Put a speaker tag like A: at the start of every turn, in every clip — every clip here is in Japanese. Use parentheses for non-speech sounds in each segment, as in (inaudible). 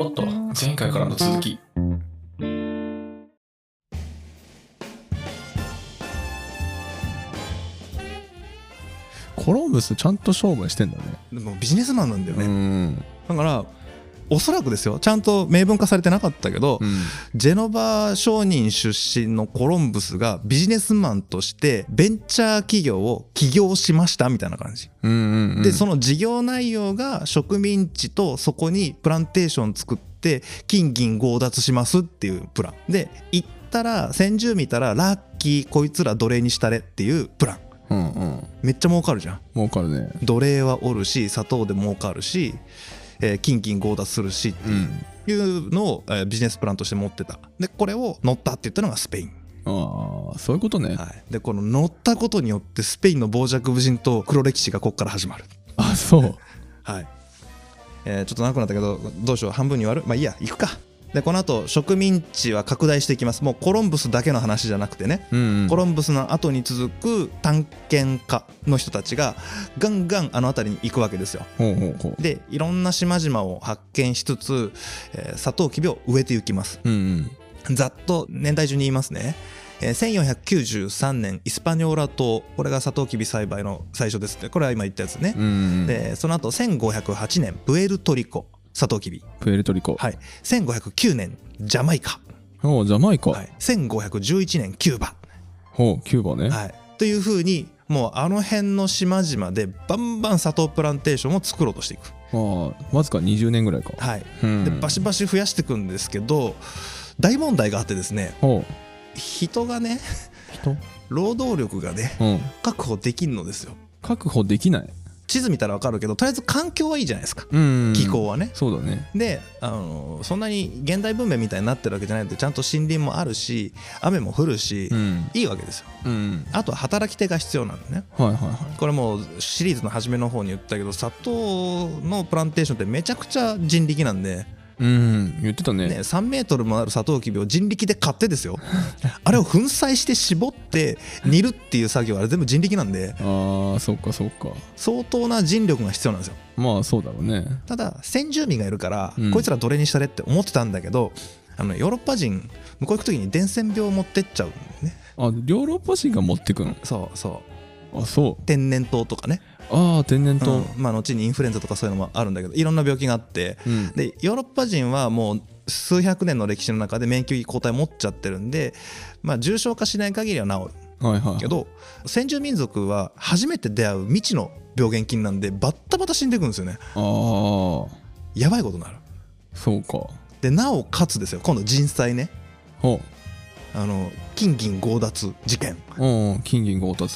A: おっと前回からの続き
B: コロンブスちゃんと商売してんだね
C: でもビジネスマンなんだよね、
B: ん、
C: だからおそらくですよちゃんと明文化されてなかったけど、ジェノバ商人出身のコロンブスがビジネスマンとしてベンチャー企業を起業しましたみたいな感じ、
B: うんうんうん
C: でその事業内容が植民地とそこにプランテーション作って金銀強奪しますっていうプランで行ったら先住見たらラッキーこいつら奴隷にしたれっていうプラン
B: うんうん
C: めっちゃ儲かるじゃん
B: 儲かるね
C: 奴隷はおるし砂糖で儲かるし、えー金金強奪するし
B: うん
C: っていうのを、えービジネスプランとして持ってたでこれを乗ったって言ったのがスペイン、
B: ああそういうことね
C: はい、でこの乗ったことによってスペインの傍若無人と黒歴史がここから始まる
B: あそう
C: はい、えーちょっと長くなったけどどうしよう半分に割るまあいいや行くかでこの後植民地は拡大していきますもうコロンブスだけの話じゃなくてね
B: うん
C: コロンブスの後に続く探検家の人たちがガンガンあの辺りに行くわけですよ
B: ほうほうほう
C: でいろんな島々を発見しつつ、えーサトウキビを植えていきます
B: うん
C: ざっと年代順に言いますね、えー1493年イスパニョーラ島これがサトウキビ栽培の最初ですってこれは今言ったやつね
B: うんう、んうん
C: でその後1508年プエルトリコサトウキビ
B: プエルトリコ
C: はい1509年ジャマイカ、
B: おうジャマイカ、
C: はい、1511年キューバ、
B: ほうキューバね、
C: はい、というふうにもうあの辺の島々でバンバン砂糖プランテーションを作ろうとしていく、
B: ああわずか20年ぐらいか、
C: はい、
B: うん
C: でバシバシ増やしていくんですけど大問題があってですね
B: ほ
C: 人がね
B: う人
C: 労働力がね
B: うん
C: 確保できんのですよ
B: 確保できない
C: 地図見たら分かるけどとりあえず環境はいいじゃないですか
B: うん
C: 気候はね、
B: そうだね
C: であのそんなに現代文明みたいになってるわけじゃないのでちゃんと森林もあるし雨も降るし、
B: うん
C: いいわけですよ
B: うん
C: あとは働き手が必要なんだね
B: はいはいは
C: これもうシリーズの初めの方に言ったけど砂糖のプランテーションってめちゃくちゃ人力なんで、
B: いうん言ってたね
C: ね、3メートルもあるサトウキビを人力で買ってですよ (laughs) あれを粉砕して絞って煮るっていう作業はあれ全部人力なんで
B: ああそっかそっか
C: 相当な人力が必要なんですよ
B: まあそうだろうね
C: ただ先住民がいるから、
B: うん
C: こいつら奴隷にしたれって思ってたんだけどあのヨーロッパ人向こう行く時に伝染病を持ってっちゃうんだよね
B: あヨーロッパ人が持ってくの
C: そうそう
B: あそう
C: 天然痘とかね、
B: ああ天然
C: う
B: 痘
C: んまあ、後にインフルエンザとかそういうのもあるんだけどいろんな病気があって
B: うん
C: でヨーロッパ人はもう数百年の歴史の中で免疫抗体持っちゃってるんで、まあ、重症化しない限りは治る
B: はいはい
C: けど先住民族は初めて出会う未知の病原菌なんでバッタバタ死んでいくんですよね
B: ああ
C: やばいことになる
B: そうか
C: でなおかつですよ今度人災ね
B: ほ
C: あの金銀強奪事件
B: ううん金銀強奪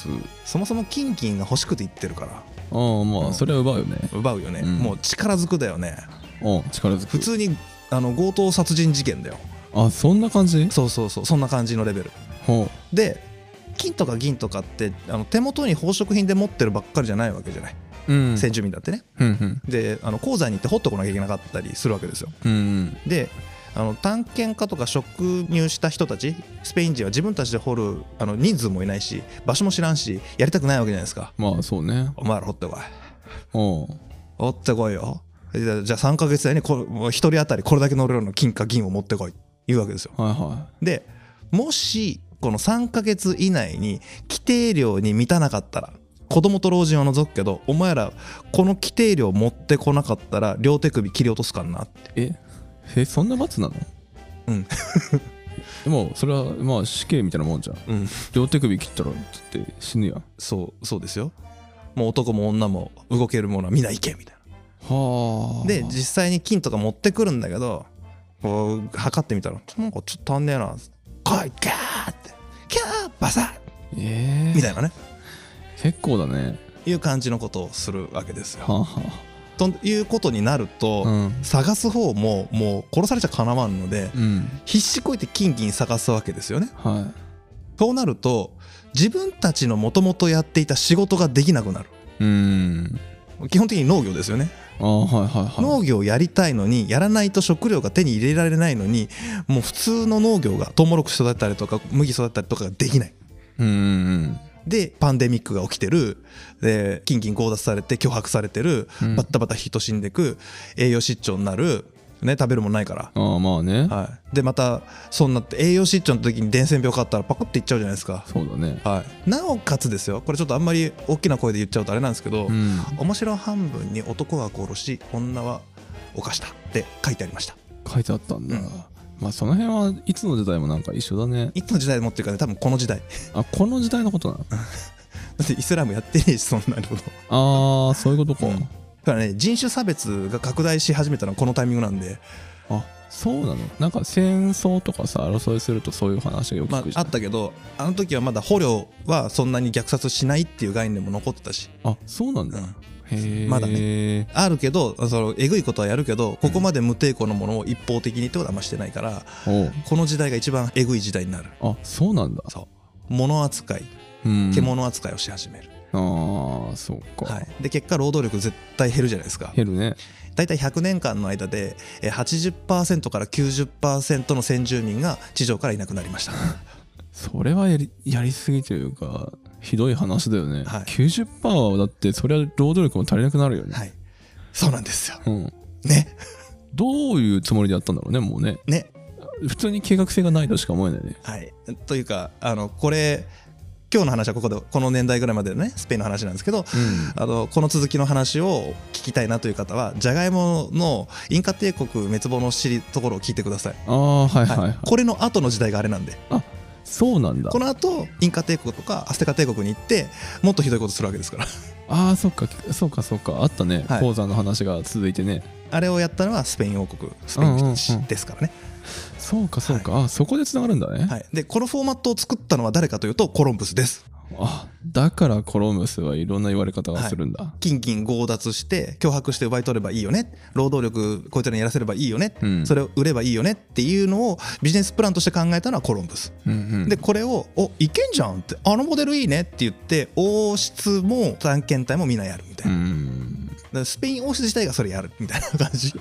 C: そもそも金銀が欲しくて言ってるから
B: ああま
C: う
B: あ
C: ん
B: それは奪うよね
C: 奪うよね、
B: うん
C: もう力ずくだよね
B: うん力づく
C: 普通にあの強盗殺人事件だよ
B: あそんな感じ
C: そうそうそうそんな感じのレベル
B: ほ
C: で金とか銀とかってあの手元に宝飾品で持ってるばっかりじゃないわけじゃない、
B: ううん
C: 先住民だってね
B: うんうん
C: であの鉱山に行って掘ってこなきゃいけなかったりするわけですよ
B: うん
C: であの探検家とか植入した人たちスペイン人は自分たちで掘るあの人数もいないし場所も知らんしやりたくないわけじゃないですか
B: まあそうね
C: お前ら掘ってこい
B: うん
C: 追ってこいよじゃあじゃあ3ヶ月以内にこもう1人当たりこれだけの量の金か銀を持ってこい言うわけですよ
B: はいは
C: でもしこの3ヶ月以内に規定量に満たなかったら子供と老人は除くけどお前らこの規定量持ってこなかったら両手首切り落とすからなって
B: いええそんな罰なの
C: う
B: (laughs)
C: ん
B: でもそれはまあ死刑みたいなもんじゃん
C: うん
B: 両手首切ったらつって死ぬやん
C: そうそうですよもう男も女も動けるものは皆行けみたい
B: は
C: なで実際に金とか持ってくるんだけどこう測ってみたらなんかちょっと足んねえな来いガーってキャーバサッ
B: ええ
C: みたいなね
B: 結構だね
C: いう感じのことをするわけですよ
B: はあは
C: ということになると、
B: あうん
C: 探す方ももう殺されちゃかなわんので
B: うん
C: 必死こいて金銀探すわけですよね
B: は
C: そうなると自分たちのもともとやっていた仕事ができなくなる
B: いうん
C: 基本的に農業ですよね
B: ああはいはいはい
C: 農業やりたいのにやらないと食料が手に入れられないのにもう普通の農業がトウモロコシ育てたりとか麦育てたりとかができない
B: うんうん
C: でパンデミックが起きてるで金銀強奪されて脅迫されてる、
B: うん
C: バッタバタ人死んでく栄養失調になる、ね、食べるもんないから。
B: ああ、まあね。
C: はい、でまたそうなって栄養失調の時に伝染病買ったらパコっていっちゃうじゃないですか、
B: そうだね。
C: はい、なおかつですよこれちょっとあんまり大きな声で言っちゃうとあれなんですけど、
B: うん。
C: 面白半分に男は殺し女は犯したって書いてありました
B: 書いてあったんだ。
C: うん
B: まあその辺はいつの時代もなんか一緒だね。
C: いつの時代もっていうかね多分この時代 (laughs)
B: あ、この時代のことなの
C: だってイスラムやってねえしそん (laughs) なこと
B: ああ、そういうことか。
C: うんだからね人種差別が拡大し始めたのはこのタイミングなんで、
B: あ、そうなのなんか戦争とかさ、争いするとそういう話がよく
C: ま
B: 聞
C: あ
B: く、じ
C: あ
B: ゃん。
C: ったけどあの時はまだ捕虜はそんなに虐殺しないっていう概念も残ってたし、
B: あそうなんだ。
C: うん
B: へえ。
C: まだ
B: ね。
C: あるけどそのえぐいことはやるけどここまで無抵抗のものを一方的にってことはあんましてないから
B: おう
C: この時代が一番えぐい時代になる
B: あ、そうなんだ。
C: 物扱い
B: うん。
C: 獣扱いをし始める、
B: ああ、そうか。
C: はい、で結果労働力絶対減るじゃないですか
B: 減るね。
C: 大体100年間の間でえー80%から90%の先住民が地上からいなくなり
B: (laughs)
C: ました
B: それはやりやりすぎというかひどい話だよね、
C: はい
B: 90%はだってそれは労働力も足りなくなるよね、
C: はいそうなんですよ
B: うん、
C: ね
B: どういうつもりでやったんだろうねもうね
C: ね
B: 普通に計画性がないとしか思えないね
C: はいというかあのこれ今日の話はここでこの年代ぐらいまでのねスペインの話なんですけどあのこの続きの話を聞きたいなという方はじゃがいものインカ帝国滅亡の知りところを聞いてください、
B: ああはいはいはい、
C: これの後の時代があれなんで
B: そうなんだ
C: この後インカ帝国とかアステカ帝国に行ってもっとひどいことするわけですから
B: ああそっかそうかそうかあったね、
C: はい
B: 鉱山の話が続いてね
C: あれをやったのはスペイン王国スペインですからね、
B: そうかそうか、あそこでつながるんだね、
C: はい、でこのフォーマットを作ったのは誰かというとコロンブスです
B: あだからコロンブスはいろんな言われ方がするんだ、
C: 金銀強奪して脅迫して奪い取ればいいよね労働力こいつらにやらせればいいよね、
B: うん
C: それを売ればいいよねっていうのをビジネスプランとして考えたのはコロンブス
B: うんうん、
C: でこれを「おいけんじゃん」って「あのモデルいいね」って言って王室も探検隊もみんなやるみたいうな、だ
B: ん
C: からスペイン王室自体がそれやるみたいな感じ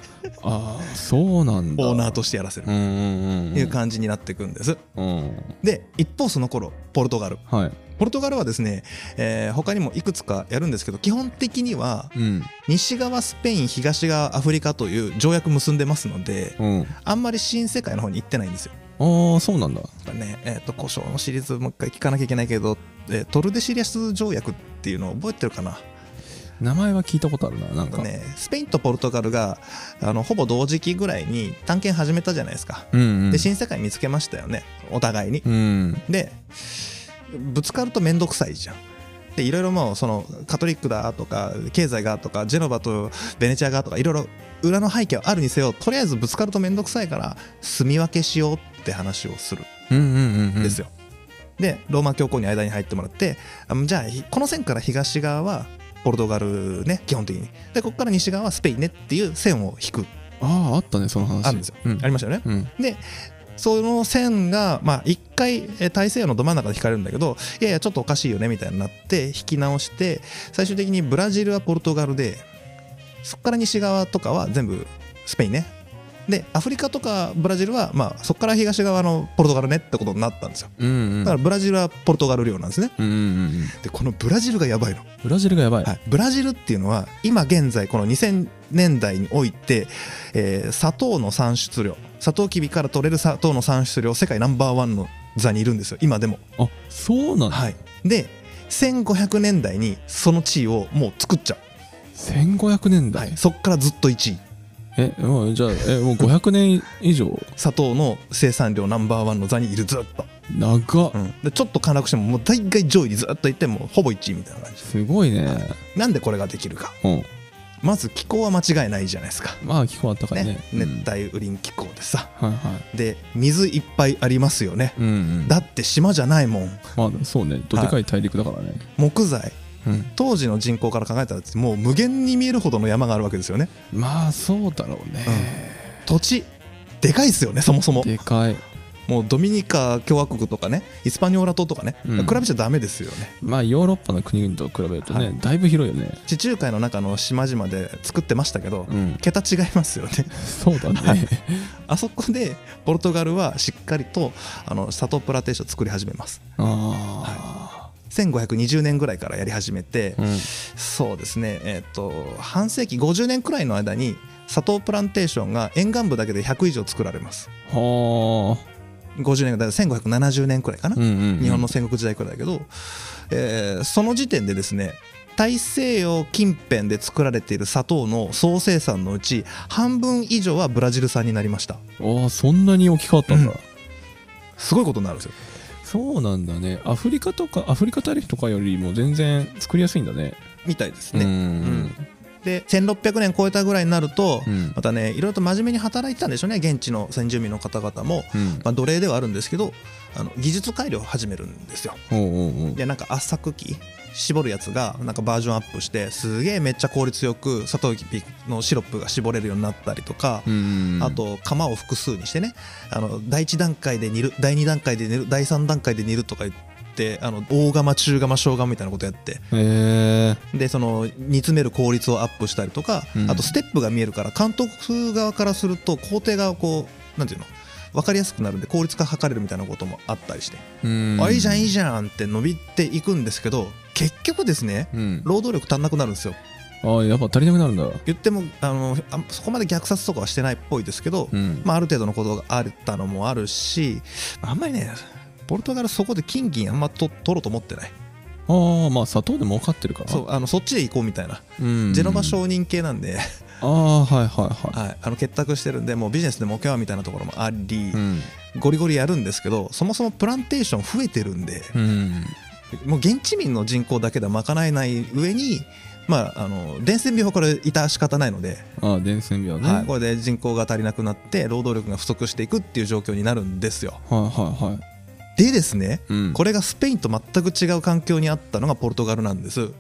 B: ああそうなんだ
C: オーナーとしてやらせる
B: うんうんうん
C: いう感じになっていくんです
B: うん
C: で一方その頃ポルトガル
B: はい
C: ポルトガルはですね、えー他にもいくつかやるんですけど基本的には
B: うん
C: 西側スペイン東側アフリカという条約結んでますので
B: うん
C: あんまり新世界の方に行ってないんですよ
B: ああそうなんだ
C: だからね、えっと故障のシリーズもう一回聞かなきゃいけないけど、えートルデシリアス条約っていうのを覚えてるかな
B: 名前は聞いたことあるななんか、
C: ね、スペインとポルトガルがあのほぼ同時期ぐらいに探検始めたじゃないですか、
B: うんうん
C: で新世界見つけましたよねお互いに、
B: うん
C: でぶつかると面倒くさいじゃんでいろいろもうそのカトリックだとか経済がとかジェノバとベネチアがとかいろいろ裏の背景はあるにせよとりあえずぶつかると面倒くさいから住み分けしようって話をする
B: うんうんうんうん
C: んですよ、でローマ教皇に間に入ってもらってあじゃあひこの線から東側はポルトガルね基本的にでここから西側はスペインねっていう線を引く
B: あああったねその話
C: あるんですよ、
B: うん
C: ありましたよね
B: うん
C: でその線がまあ一回えー大西洋のど真ん中で引かれるんだけどいやいやちょっとおかしいよねみたいになって引き直して最終的にブラジルはポルトガルでそこから西側とかは全部スペインねでアフリカとかブラジルはまあそこから東側のポルトガルねってことになったんですよ
B: うんうん
C: だからブラジルはポルトガル領なんですね
B: うんうんうん
C: でこのブラジルがやばいの、
B: ブラジルがやばい、
C: はい、ブラジルっていうのは今現在この2000年代において、えー砂糖の産出量サトウキビから取れる砂糖の産出量世界ナンバーワンの座にいるんですよ今でも
B: あそうなんだ、
C: はいで1500年代にその地位をもう作っちゃ
B: 1500年
C: う、は
B: 代、
C: い、そっからずっと1位
B: えもうじゃあえもう500年以上
C: 砂糖の生産量ナンバーワンの座にいるずっと、
B: 長っ、
C: うん、でちょっと陥落してももう大概上位にずっといてもうほぼ1位みたいな感じ
B: すごいね、
C: なんでこれができるか
B: うん
C: まず気候は間違いないじゃないですか
B: まあ気候あったからね
C: ね、熱帯雨林気候でさ
B: うん、はいはい
C: で水いっぱいありますよね
B: うんうん
C: だって島じゃないもん
B: まあそうねどでかい大陸だからね、
C: 木材
B: うん
C: 当時の人口から考えたらもう無限に見えるほどの山があるわけですよね
B: まあそうだろうね、
C: 土地でかいですよねそもそも
B: でかい
C: もうドミニカ共和国とかねイスパニョーラ島とかね、
B: うん
C: 比べちゃダメですよね
B: まあヨーロッパの国々と比べるとね、
C: は
B: だいぶ広いよね
C: 地中海の中の島々で作ってましたけど、
B: うん
C: 桁違いますよね
B: そうだね、
C: あそこでポルトガルはしっかりとあのサトウプランテーションを作り始めます
B: ああ、
C: 1520年ぐらいからやり始めて、
B: うん
C: そうですねえっ、と半世紀50年くらいの間に砂糖プランテーションが沿岸部だけで100以上作られます
B: はあ
C: 50年だから1570年くらいかな、
B: うんうんうん
C: 日本の戦国時代くらいだけど、えーその時点でですね大西洋近辺で作られている砂糖の総生産のうち半分以上はブラジル産になりました
B: ああそんなに大きかったんだ、
C: うんすごいことになるんですよ
B: そうなんだねアフリカとかアフリカ大陸とかよりも全然作りやすいんだね
C: みたいです
B: う
C: ね、
B: ん
C: で1600年超えたぐらいになると、
B: うん
C: またねいろいろと真面目に働いてたんでしょうね現地の先住民の方々も、
B: うん
C: まあ、奴隷ではあるんですけどあの技術改良を始めるんですよ
B: おうおうおう
C: でなんか圧搾機絞るやつがなんかバージョンアップしてすげえめっちゃ効率よくサトウキビのシロップが絞れるようになったりとか、
B: うん
C: あと釜を複数にしてねあの第1段階で煮る第2段階で煮る第3段階で煮るとか言ってあの大釜中釜小釜みたいなことやって
B: へえ
C: でその煮詰める効率をアップしたりとか、
B: うん
C: あとステップが見えるから監督側からすると工程がこうなんていうの分かりやすくなるんで効率が測れるみたいなこともあったりして、
B: うん
C: あいいじゃんいいじゃんって伸びていくんですけど結局ですね
B: うん
C: 労働力足んなくなるんですよ
B: ああやっぱ足りなくなるんだ
C: 言ってもあのあそこまで虐殺とかはしてないっぽいですけど、
B: うん
C: まあ、ある程度のことがあったのもあるしあんまりねポルトガルそこで金銀あんまと取ろうと思ってない
B: ああまあ砂糖で儲かってるから
C: そうあのそっちで行こうみたいな、
B: うん
C: ジェノバ商人系なんで
B: ああはいはいは
C: はい、あの結託してるんでもうビジネスで儲けようみたいなところもあり、
B: いうん
C: ゴリゴリやるんですけどそもそもプランテーション増えてるんで、
B: うん
C: もう現地民の人口だけでは賄えない上にまああの伝染病はこれ致し方ないので、
B: ああ伝染病ね
C: は、
B: はいい
C: これで人口が足りなくなって労働力が不足していくっていう状況になるんですよ
B: はいはい
C: でですね
B: うん
C: これがスペインと全く違う環境にあったのがポルトガルなんです、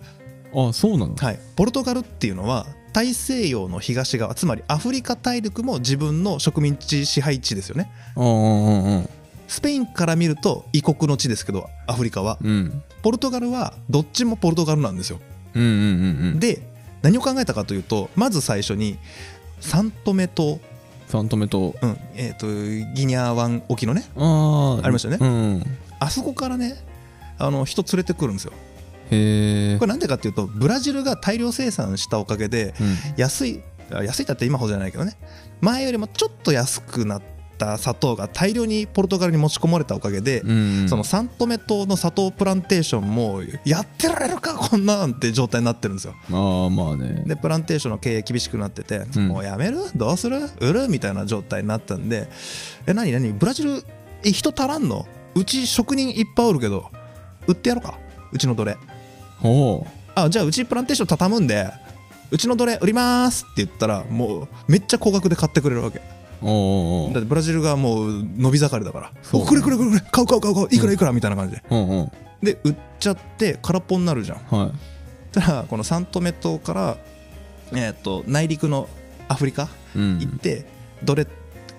B: ああそうなの
C: はい、ポルトガルっていうのは大西洋の東側つまりアフリカ大陸も自分の植民地支配地ですよね
B: うんうんうん
C: スペインから見ると異国の地ですけどアフリカは
B: うん
C: ポルトガルはどっちもポルトガルなんですよ
B: うんうんうんうん
C: で何を考えたかというとまず最初にサントメ島、
B: サントメと
C: うんえー、とギニャ湾沖のね
B: ああ
C: ありましたよ
B: ね
C: あそこからねあの人連れてくるんですよ
B: うんへえ
C: これなんでかっていうとブラジルが大量生産したおかげで安いあ安いだって今ほどじゃないけどね前よりもちょっと安くなった砂糖が大量にポルトガルに持ち込まれたおかげで、
B: うん
C: そのサントメ島の砂糖プランテーションもやってられるかこんなんって状態になってるんですよ
B: ああまあね
C: でプランテーションの経営厳しくなってて、
B: うん
C: もうやめるどうする売るみたいな状態になったんでえ何何ブラジルえ人足らんのうち職人いっぱいおるけど売ってやろうかうちの奴隷
B: おう
C: あじゃあうちプランテーション畳むんでうちの奴隷売りますって言ったらもうめっちゃ高額で買ってくれるわけ
B: おうおうおう
C: だってブラジルがもう伸び盛りだから「
B: そう
C: おくれくれくれくれ買う買う買う買ういくらいくら」みたいな感じで
B: うんうん
C: で売っちゃって空っぽになるじゃん
B: はい
C: たらこのサントメ島から、えー、と内陸のアフリカ
B: うん
C: 行って、どれ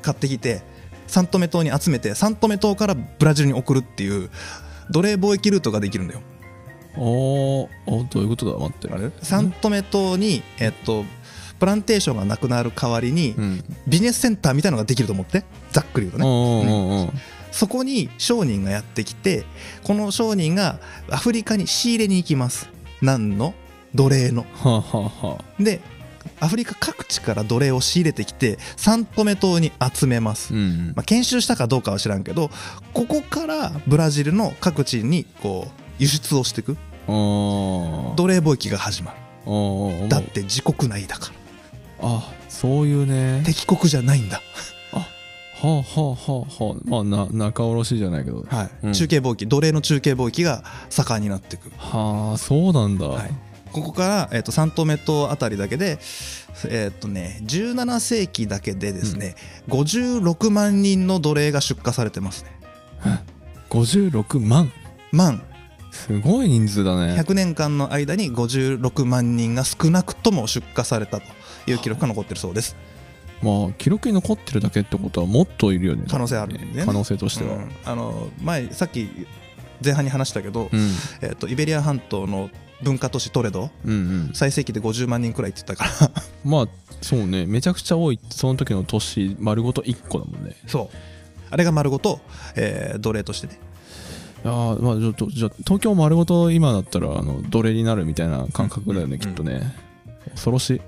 C: 買ってきてサントメ島に集めてサントメ島からブラジルに送るっていう奴隷貿易ルートができるんだよ
B: おーあどういうことだ待って
C: サントメ島に、えっとプランテーションがなくなる代わりに、
B: うん
C: ビジネスセンターみたいのができると思ってざっくり言うとね
B: おうおうおうおう
C: そこに商人がやってきてこの商人がアフリカに仕入れに行きます何の奴隷の
B: はあはあはあ
C: でアフリカ各地から奴隷を仕入れてきてサントメ島に集めます、
B: うんうん
C: まあ、研修したかどうかは知らんけどここからブラジルの各地にこう輸出をしていく
B: あ
C: 奴隷貿易が始まる
B: あおう
C: だって自国内だから
B: あそういうね
C: 敵国じゃないんだ、
B: はあはあはあはあまあな仲卸じゃないけど
C: はい
B: うん
C: 中継貿易奴隷の中継貿易が盛んになっていく
B: はあそうなんだ
C: はいここから、えっとサントメ島あたりだけで、えっとね、17世紀だけでですね、56万人の奴隷が出荷されてますね
B: 56万
C: 万
B: すごい人数だね
C: 100年間の間に56万人が少なくとも出荷されたという記録が残ってるそうです。
B: まあ記録に残ってるだけってことはもっといるよね
C: 可能性あるんでね
B: 可能性としては
C: うんあの前さっき前半に話したけど、
B: うん
C: えっとイベリア半島の文化都市トレド
B: うんうん
C: 最盛期で50万人くらいって言ったから
B: まあそうねめちゃくちゃ多いその時の年丸ごと1個だもんね
C: (laughs) そうあれが丸ごと、えー奴隷としてね
B: あーまあちょっとじゃあ東京丸ごと今だったらあの奴隷になるみたいな感覚だよね、
C: うん
B: きっとね恐ろしい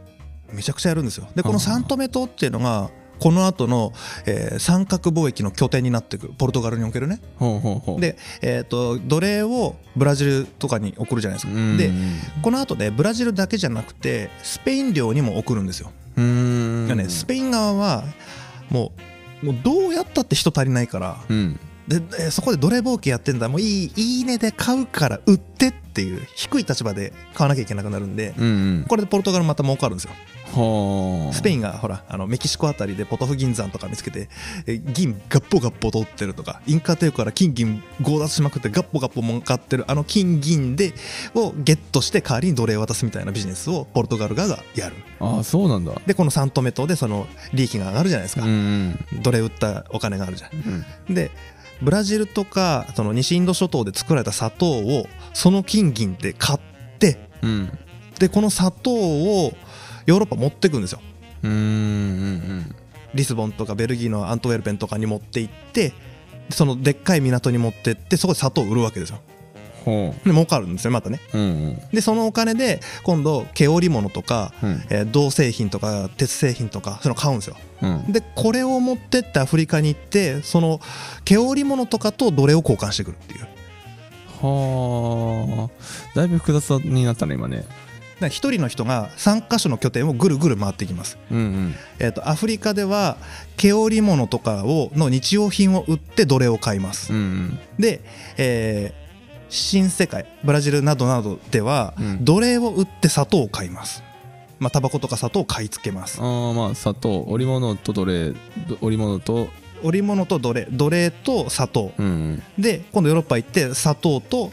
C: めちゃくちゃやるんですよで
B: あー
C: このサントメ島っていうのがこの後の、えー三角貿易の拠点になってくるポルトガルにおけるね
B: ほうほうほう
C: で、えー、と奴隷をブラジルとかに送るじゃないです
B: う
C: か、
B: ん
C: で
B: う
C: この後ねブラジルだけじゃなくてスペイン領にも送るんですよ、
B: ーん
C: だからねスペイン側はもうもうどうやったって人足りないから
B: うん
C: ででそこで奴隷冒険やってんだもういいいいねで買うから売ってっていう低い立場で買わなきゃいけなくなるんで
B: うんうん
C: これでポルトガルまた儲かるんですよ
B: はあ
C: スペイ
B: ン
C: ンがほらあのメキシコあたりでポトフ銀山とか見つけてえ銀ガッポガッポ取ってるとかインカ帝国から金銀強奪しまくってガッポガッポ儲かってるあの金銀でをゲットして代わりに奴隷渡すみたいなビジネスをポルトガル側がやる
B: ああそうなんだ
C: でこのサントメ島でその利益が上がるじゃないで
B: う
C: す
B: ん
C: か、
B: うん
C: 奴隷売ったお金があるじゃん
B: うん
C: でブラジルとかその西インド諸島で作られた砂糖をその金銀で買って
B: うん
C: でこの砂糖をヨーロッパ持ってくんですよ
B: うんうん
C: リスボンとかベルギーのアントウェルペンとかに持って行ってそのでっかい港に持ってってそこで砂糖を売るわけですよ
B: ほ
C: で儲かるんですよまたね
B: ううん
C: でそのお金で今度毛織物とか、
B: うん
C: えー銅製品とか鉄製品とかそういうの買うんですよ
B: うん
C: でこれを持ってってアフリカに行ってその毛織物とかと奴隷を交換してくるっていう
B: はあだいぶ複雑になったね今ね
C: だから一人の人が3カ所の拠点をぐるぐる回っていきます、
B: うんうん
C: えー、とアフリカでは毛織物とかをの日用品を売って奴隷を買います、
B: うんうん
C: で、えー新世界ブラジルなどなどでは、
B: うん
C: 奴隷を売って砂糖を買いますまあタバコとか砂糖を買い付けます
B: ああまあ砂糖織物と奴隷ど織物と
C: 織物と奴隷奴隷と砂糖
B: うんうん
C: で今度ヨーロッパ行って砂糖と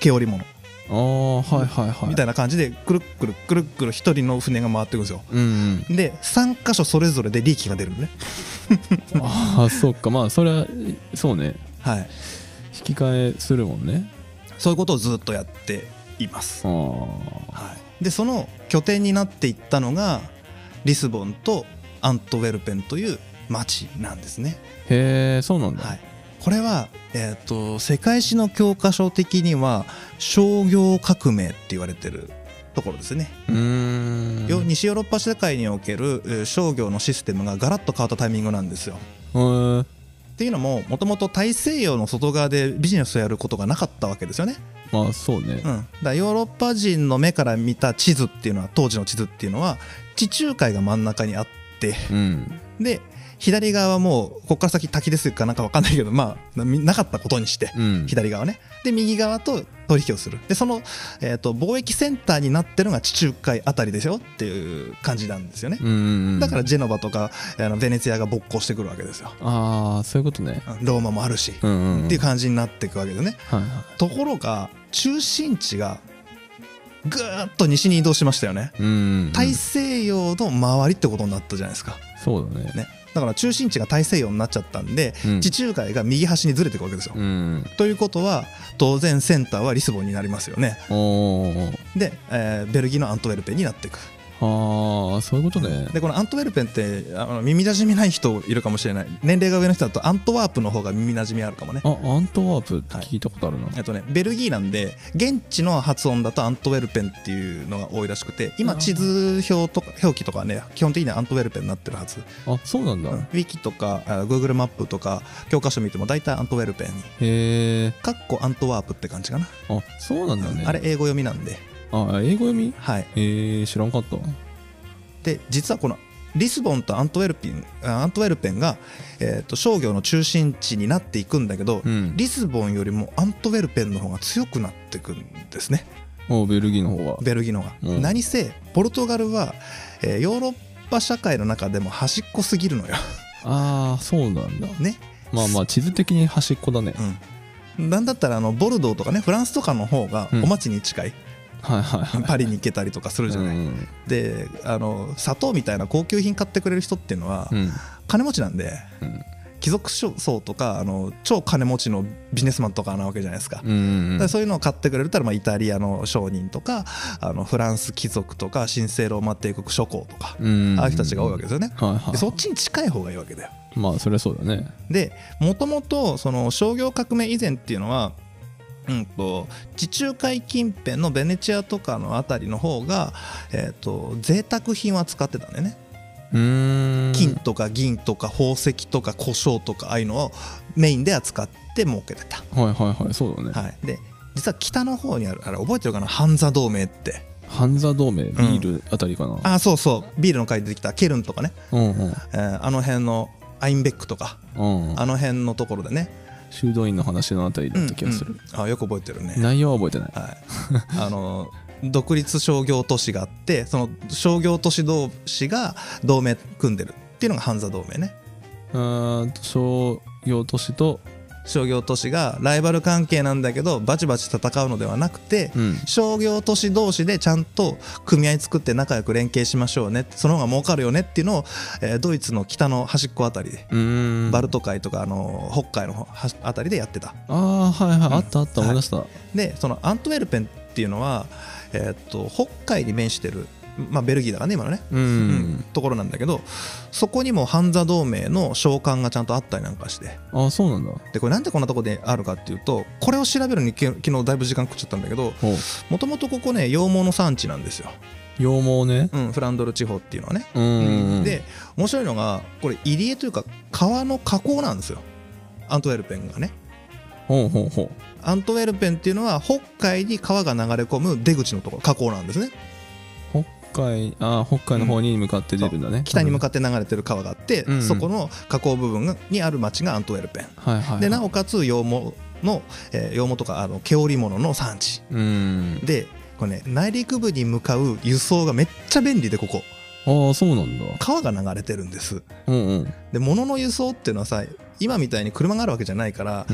C: 毛織物
B: ああはいはいはい
C: みた
B: い
C: いな感じでくるっくるくるっくる一人の船が回っていくんですよ
B: なうん
C: で3箇所それぞれで利益が出るのね
B: うんああそっかまあそれはそうね
C: はい
B: 引き換えするもんね
C: そういうことをずっとやっていま
B: あ
C: す。はい、でその拠点になっていったのがリスボンとアントウェルペンという町なんですね。
B: あへえそうなんだ、
C: はい、これは、えー、と世界史の教科書的には商業革命って言われてるところですね。
B: うーん
C: よ西ヨーロッパ社会におけるえー商業のシステムがガラッと変わったタイミングなんですよ。
B: へー
C: っていうのももともと大西洋の外側でビジネスをやることがなかったわけですよね。
B: まあそうね
C: うん、だからヨーロッパ人の目から見た地図っていうのは当時の地図っていうのは地中海が真ん中にあって
B: うん
C: で左側はもうここから先滝ですかなんかわかんないけどまあななかったことにして
B: うん
C: 左側ねで右側と取引をするでその、えー、と貿易センターになってるのが地中海あたりですよっていう感じなんですよね
B: うんうんうん
C: だからジェノバとかあのベネツィアが勃興してくるわけですよ
B: ああそういうことね
C: うんローマもあるし、
B: うんうん、うん、
C: っていう感じになっていくわけですね
B: はいは
C: ところが中心地がぐーっと西に移動しましたよね
B: いうんうんうん
C: 大西洋の周りってことになったじゃないですか、
B: そうだね
C: ね、だから中心地が大西洋になっちゃったんで、
B: うん
C: 地中海が右端にずれていくわけですよ、
B: うん
C: ということは当然センターはリスボンになりますよね
B: おー
C: で、えーベルギーのアントウェルペンになっていく
B: ああそういうことね
C: でこのアントウェルペンってあの耳なじみない人いるかもしれない年齢が上の人だとアントワープの方が耳なじみあるかもね
B: あアントワープって聞いたことあるな、
C: えっとね、ベルギーなんで現地の発音だとアントウェルペンっていうのが多いらしくて今
B: あー
C: 地図表とか表記とかね基本的にはアントウェルペンになってるはず、
B: あそうなんだ、
C: ウィキとかあ Google マップとか教科書見ても大体アントウェルペンに
B: へえ
C: かっこアントワープって感じかな、
B: あそうなんだね
C: あれ英語読みなんで
B: あ英語読み
C: はい
B: へえ知らんかった
C: で実はこのリスボンとアントウェルペンあアントウェルペンが、えっと商業の中心地になっていくんだけど、
B: うん
C: リスボンよりもアントウェルペンの方が強くなっていくんですね
B: おベルギーの方が
C: ベルギーのが、
B: うん
C: 何せポルトガルは、えーヨーロッパ社会の中でも端っこすぎる
B: (laughs)
C: のよ
B: ああそうなんだ
C: ね、
B: まあまあ地図的に端っこだね
C: うん、なんだったらあのボルドーとかねフランスとかの方が
B: うん
C: お町に近い、
B: はいはいはい
C: パリに行けたりとかするじゃない、
B: うん
C: であの砂糖みたいな高級品買ってくれる人っていうのは
B: うん
C: 金持ちなんで、
B: うん
C: 貴族層とかあの超金持ちのビジネスマンとかなわけじゃないですか、
B: うんうん
C: だからそういうのを買ってくれるたら、まあ、イタリアの商人とかあのフランス貴族とか神聖ローマ帝国諸侯とか、
B: うん
C: ああいう人たちが多いわけですよね、
B: はいは
C: で
B: い
C: そっちに近い方がいいわけだよ
B: まあそりゃそうだね
C: でもともとその商業革命以前っていうのはうんと地中海近辺のベネチアとかのあたりの方が、えー、と贅沢品は使ってたんでね
B: うーん
C: 金とか銀とか宝石とか胡椒とかああいうのをメインで扱って儲けてた、
B: はいはいはいそうだね、
C: はい、で実は北の方にあるあれ覚えてるかな半座同盟って
B: ハンザ同盟ビールあたりかな、
C: あそうそうビールの会で出てきたケルンとかね、
B: うんうん
C: えーあの辺のアインベックとか
B: うん
C: あの辺のところでね、
B: 修道院の話のあたりだった気がする、
C: うんうんあよく覚えてるね
B: 内容は覚えてない
C: はい、あの独立商業都市があってその商業都市同士が同盟組んでるっていうのが半座同盟ね
B: うーん商業都市と
C: 商業都市がライバル関係なんだけどバチバチ戦うのではなくて、
B: うん
C: 商業都市同士でちゃんと組合作って仲良く連携しましょうねその方が儲かるよねっていうのを、えードイツの北の端っこあたりで、
B: うーん
C: バルト海とかあの北海の方端あたりでやってた
B: ああはいはい、
C: うん
B: あったあった
C: はい
B: 思い出した、
C: でそのアントウェルペンっていうのは、えーっと北海に面してる、まあ、ベルギーだからね今のね、
B: うん
C: うんところなんだけどそこにもハンザ同盟の召喚がちゃんとあったりなんかして
B: ああそうなんだ
C: でこれなんでこんなとこであるかっていうとこれを調べるのにき昨日だいぶ時間食っちゃったんだけど
B: ほう
C: もともとここね羊毛の産地なんですよ、
B: 羊毛ね
C: うん、フランドル地方っていうのはね、
B: うんうんうん
C: で面白いのがこれ入り江というか川の河口なんですよアントウェルペンがね
B: ほうほうほ
C: アントウェルペンっていうのは北海に川が流れ込む出口のところ河口なんですね
B: う北海ああ北海の方に向かって出るんだね、
C: 北に向
B: か
C: かって流れてる川があって、
B: うんうん
C: そこの河口部分がにある町がアントウェルペン、
B: はいはいはい
C: でなおかつ羊毛の、えー羊毛とかあの毛織物の産地
B: うん
C: でこれね内陸部に向かう輸送がめっちゃ便利でここ
B: ああそうなんだ
C: 川が流れてるんです
B: うんうんうん
C: で物の輸送っていうのはさ今みたいに車があるわけじゃないから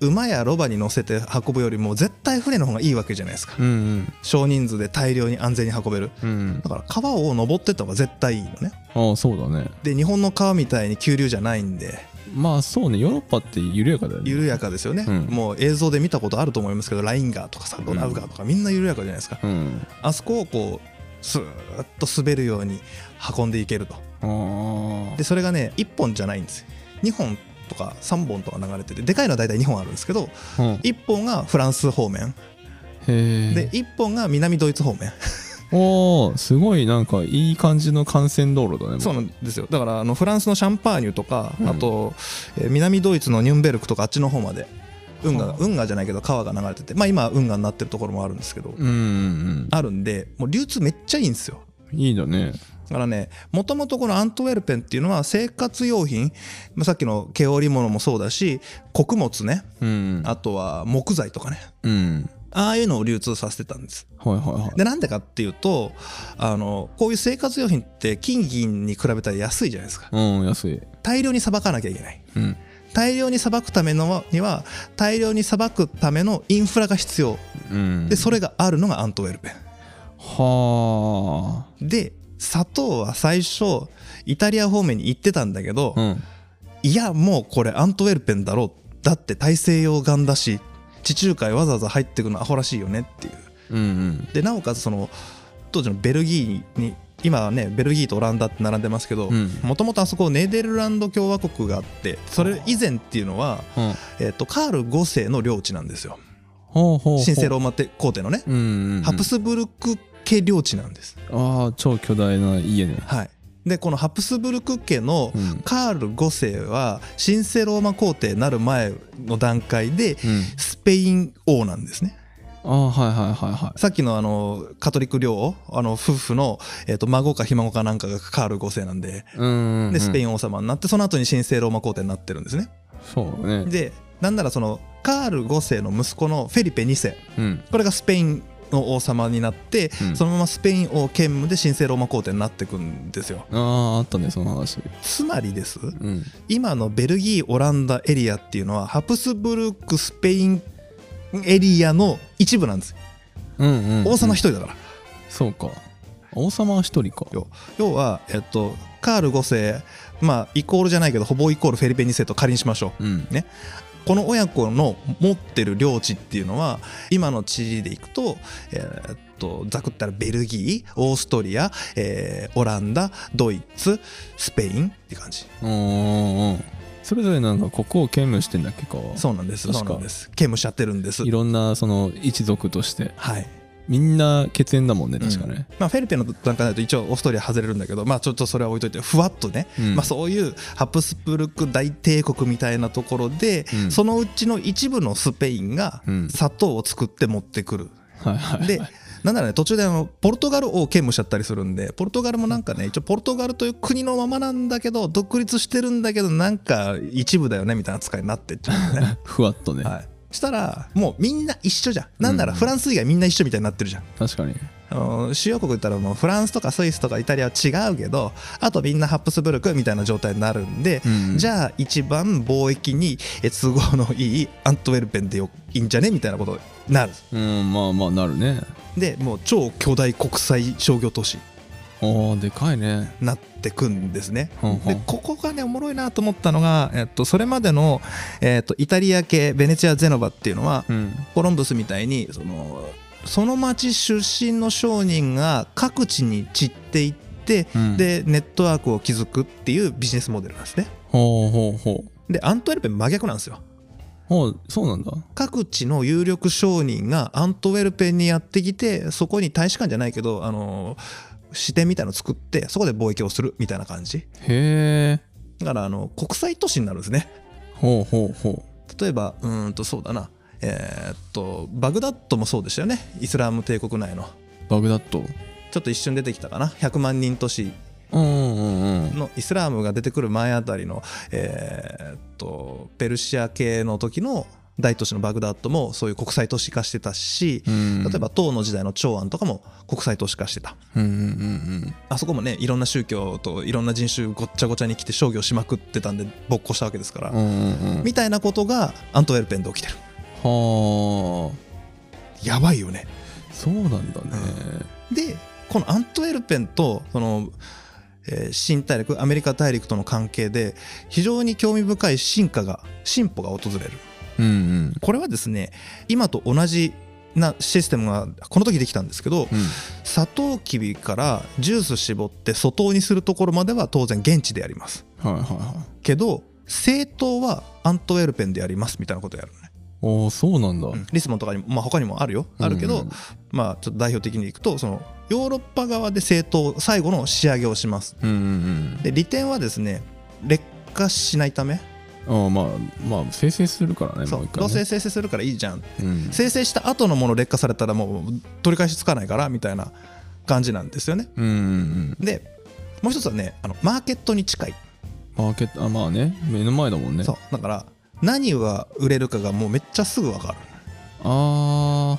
C: 馬やロバに乗せて運ぶよりも絶対船の方がいいわけじゃないですか
B: うん
C: 少人数で大量に安全に運べる
B: うんうん
C: だから川を登ってった方が絶対いいのね
B: ああそうだね
C: で日本の川みたいに急流じゃないんで
B: まあそうねヨーロッパって緩やかだよね
C: 緩やかですよね、
B: うん
C: もう映像で見たことあると思いますけどライン川とかさドナウ川とかみんな緩やかじゃないですか、
B: うん
C: あそこをこうスーッと滑るように運んでいけると
B: ああ
C: でそれがね1本じゃないんですよ2本とか3本とか流れててでかいのは大体2本あるんですけど
B: うんへ
C: 1本がフランス方面
B: え
C: で1本が南ドイツ方面
B: おーすごいなんかいい感じの幹線道路だね
C: そうなんですよだからあのフランスのシャンパーニュとか、
B: うん
C: あと、えー南ドイツのニュンベルクとかあっちの方まで運
B: は
C: 河
B: あ
C: 運河じゃないけど川が流れててまあ今は運河になってるところもあるんですけど、
B: うんうん
C: あるんでもう流通めっちゃいいんですよ
B: うんいいだね
C: だからねもともとこのアントウェルペンっていうのは生活用品、まあ、さっきの毛織物もそうだし穀物ね
B: うん
C: あとは木材とかね
B: うん
C: ああいうのを流通させてたんです
B: はいはいはい
C: でなんでかっていうとあのこういう生活用品って金銀に比べたら安いじゃないですか
B: うん安い
C: 大量にさばかなきゃいけない
B: うん
C: 大量にさばくためのには大量にさばくためのインフラが必要
B: うん
C: でそれがあるのがアントウェルペン
B: は
C: で砂糖は最初イタリア方面に行ってたんだけど、
B: あうん
C: いやもうこれアントウェルペンだろうだって大西洋岸だし地中海わざわざ入ってくのアホらしいよねっていう
B: うんうん
C: でなおかつその当時のベルギーに今はねベルギーとオランダって並んでますけど
B: うん
C: もともとあそこネーデルランド共和国があってそれ以前っていうのは、
B: うん
C: えっとカール5世の領地なんですよ
B: ほうほうほう
C: 神聖ローマ帝皇帝のね
B: うんうんうん
C: ハプスブルク家領地なんです
B: ああ超巨大な家ね
C: はいでこのハプスブルク家の
B: うん
C: カール5世は神聖ローマ皇帝になる前の段階で
B: うん
C: スペイン王なんですね
B: ああはいはいはいは
C: さっきのあのカトリック領あの夫婦の、えー、と孫かひ孫かなんかがカール5世なんで
B: いうんうんうん
C: でスペイン王様になってその後に神聖ローマ皇帝になってるんですね
B: そうだね
C: でなんならそのカール5世の息子のフェリペ2世
B: うん
C: これがスペインの王様になって、
B: うん
C: そのままスペイン王兼務で神聖ローマ皇帝になっていくんですよ
B: あああったねその話
C: つまりです
B: うん
C: 今のベルギーオランダエリアっていうのはハプスブルクスペインエリアの一部なんです
B: うんうんうん
C: 王様一人だから、
B: そうか王様は一人か
C: よ要は、えっと、カール5世まあイコールじゃないけどほぼイコールフェリペ2世と仮にしましょう
B: うん
C: この親子の持ってる領地っていうのは今の地理でいくと,、えーっとざくったらベルギーオーストリア、えーオランダドイツスペインって感じ
B: うんうんうんそれぞれなんか国を兼務してんだっけか
C: そうなんです
B: 確
C: そ
B: か
C: うなんです刑務しちゃってるんです
B: いろんなその一族として
C: はい
B: みんな血縁だもんね確か
C: うん
B: ね、
C: まあ、フェリペの段階だと一応オーストリア外れるんだけど、まあ、ちょっとそれは置いといてふわっとね、
B: うん
C: まあ、そういうハプスブルク大帝国みたいなところで、
B: うん
C: そのうちの一部のスペインが
B: うん
C: 砂糖を作って持ってくる。
B: はいはいはい
C: でなんならね途中であのポルトガルを兼務しちゃったりするんでポルトガルもなんかね一応ポルトガルという国のままなんだけど独立してるんだけどなんか一部だよねみたいな扱いになってっちゃうんだ
B: (laughs)
C: よね、
B: ふわっとね、
C: はい、したらもうみんな一緒じゃんなんならフランス以外みんな一緒みたいになってるじゃん
B: 確かに
C: あの主要国言ったらもうフランスとかスイスとかイタリアは違うけどあとみんなハプスブルクみたいな状態になるんで、
B: うん
C: じゃあ一番貿易にえ都合のいいアントウェルペンでよいいんじゃねみたいなことになる
B: うんまあまあなるね
C: でもう超巨大国際商業都市
B: おーでかいね
C: になってくんですね。
B: ほんほん
C: でここがねおもろいなと思ったのが、えっと、それまでの、えっと、イタリア系ベネチア・ゼノバっていうのは
B: うん
C: コロンブスみたいにそのその町出身の商人が各地に散っていって、
B: うん
C: でネットワークを築くっていうビジネスモデルなんですね
B: ほうほうほう
C: でアントウェルペン真逆なんですよ
B: ほうそうなんだ
C: 各地の有力商人がアントウェルペンにやってきてそこに大使館じゃないけどあの支店みたいの作ってそこで貿易をするみたいな感じ
B: へえ
C: だからあの国際都市になるんですね
B: ほうほうほ
C: 例えばうーんとそうだなえーっとバグダッドもそうでしたよねイスラム帝国内の
B: うバグダッド
C: ちょっと一瞬出てきたかな100万人都市
B: うんうんうん
C: のイスラームが出てくる前あたりの、えーっとペルシア系の時の大都市のバグダッドもそういう国際都市化してたし
B: う、ん
C: 例えば唐の時代の長安とかも国際都市化してた
B: うんうんうん
C: あそこもねいろんな宗教といろんな人種ごっちゃごちゃに来て商業しまくってたんで勃興したわけですから、
B: うんうんうんうん
C: みたいなことがアントウェルペンで起きてる
B: は
C: やばいよね
B: あそうなんだね
C: でこのアントウェルペンとその、えー新大陸アメリカ大陸との関係で非常に興味深い進化が進歩が訪れる
B: うんうん
C: これはですね今と同じなシステムがこの時できたんですけ
B: う
C: ど
B: ん
C: サトウキビからジュース絞って粗糖にするところまでは当然現地でやります
B: はいはいはい
C: けど政党はアントウェルペンでやりますみたいなことやるのね、
B: おーそうなんだ、
C: うんリスボンとかにも、まあ、他にもあるよあるけど、
B: うん
C: まあちょっと代表的にいくとそのヨーロッパ側で政党最後の仕上げをします
B: うんうん
C: で利点はですね劣化しないため、
B: うんああまあまあ生成するからね
C: そ
B: もう
C: う
B: 一回
C: どうせ
B: ね
C: 生成するからいいじゃん
B: うん
C: 生成した後のもの劣化されたらもう取り返しつかないからみたいな感じなんですよね
B: うんうん
C: でもう一つはねあのマーケットに近い、
B: うんマーケットあまあね目の前だもんね
C: そうだから何が売れるかがもうめっちゃすぐ分かる
B: あー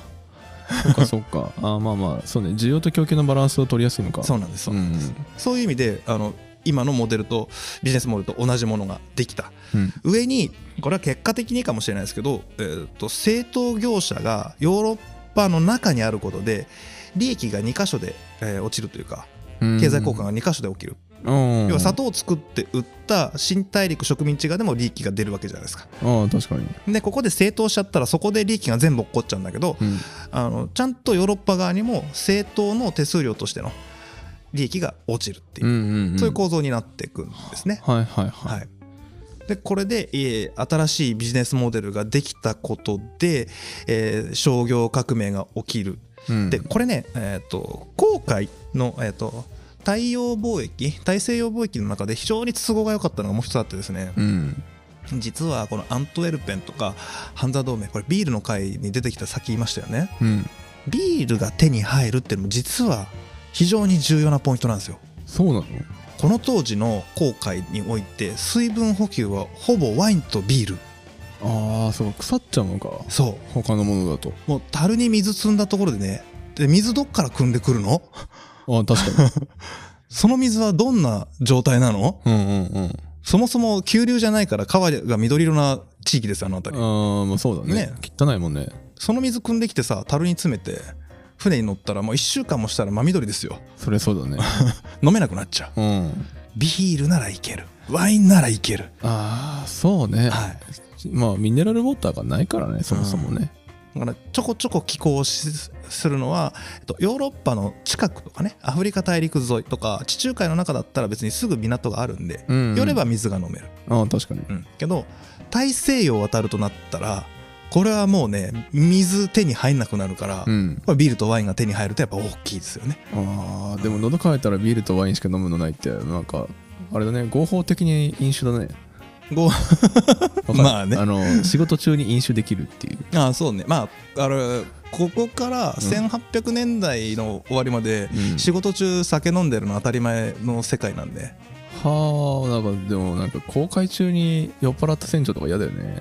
B: そっかそっ
C: (laughs)
B: かあーまあまあそうね需要と供給のバランスを取りやすいのか
C: そううなんですそう,、
B: ん
C: そういう意味であの今のモデルとビジネスモデルと同じものができた
B: うん
C: 上にこれは結果的にかもしれないですけど、えー、と政党業者がヨーロッパの中にあることで利益が2箇所で、えー落ちるというか
B: うん
C: 経済効果が2箇所で起きる、
B: うん
C: 要は砂糖を作って売った新大陸植民地側でも利益が出るわけじゃないですか
B: ああ確かに
C: でここで政党しちゃったらそこで利益が全部落っこっちゃうんだけど
B: うん
C: あのちゃんとヨーロッパ側にも政党の手数料としての利益が落ちるっていうう、
B: んうん
C: そういう構造になっていくんですね
B: はいはいはい、
C: はい、でこれで、えー新しいビジネスモデルができたことで、えー商業革命が起きる、
B: うん
C: でこれね、えー、と航海の、えー、と太陽貿易大西洋貿易の中で非常に都合が良かったのがもう一つあってですね
B: うん
C: 実はこのアントウェルペンとかハンザ同盟これビールの会に出てきた先言いましたよね
B: うん
C: ビールが手に入るっていうのも実は非常に重要なポイントなんですよ
B: そうなの
C: この当時の航海において水分補給はほぼワインとビール
B: ああそうか腐っちゃうのか
C: そ
B: 他のものだと
C: うもう樽に水積んだところでねで水どっから汲んでくるの
B: ああ確
C: (laughs)
B: かに
C: その水はどんな状態なの
B: うんうんうん
C: そもそも急流じゃないから川が緑色な地域ですよあの辺り
B: ああまあそうだね
C: ね
B: 汚いもんね
C: その水汲んできてさ樽に詰めて船に乗ったらもう1週間もしたら真緑ですよ
B: それそうだ
C: (laughs)
B: ね
C: 飲めなくなっちゃう
B: うん
C: ビールならいけるワインならいける
B: ああそうね
C: はい
B: まあミネラルウォーターがないからねそもそもね、
C: だからちょこちょこ寄港しするのは、えっと、ヨーロッパの近くとかねアフリカ大陸沿いとか地中海の中だったら別にすぐ港があるんで、
B: うん
C: 寄れば水が飲める、
B: ああ確かに
C: うんけど大西洋を渡るとなったらこれはもうね水手に入んなくなるから、
B: うん
C: これビールとワインが手に入るとやっぱ大きいですよね
B: あーでも喉乾いたらビールとワインしか飲むのないってなんかあれだね合法的に飲酒だね
C: ご (laughs)
B: わかる
C: まあね
B: あの仕事中に飲酒できるっていう
C: ああそうねまああれここから1800年代の終わりまで、
B: うん
C: 仕事中酒飲んでるの当たり前の世界なんで
B: はあなんかでもなんか公開中に酔っ払った船長とか嫌だよね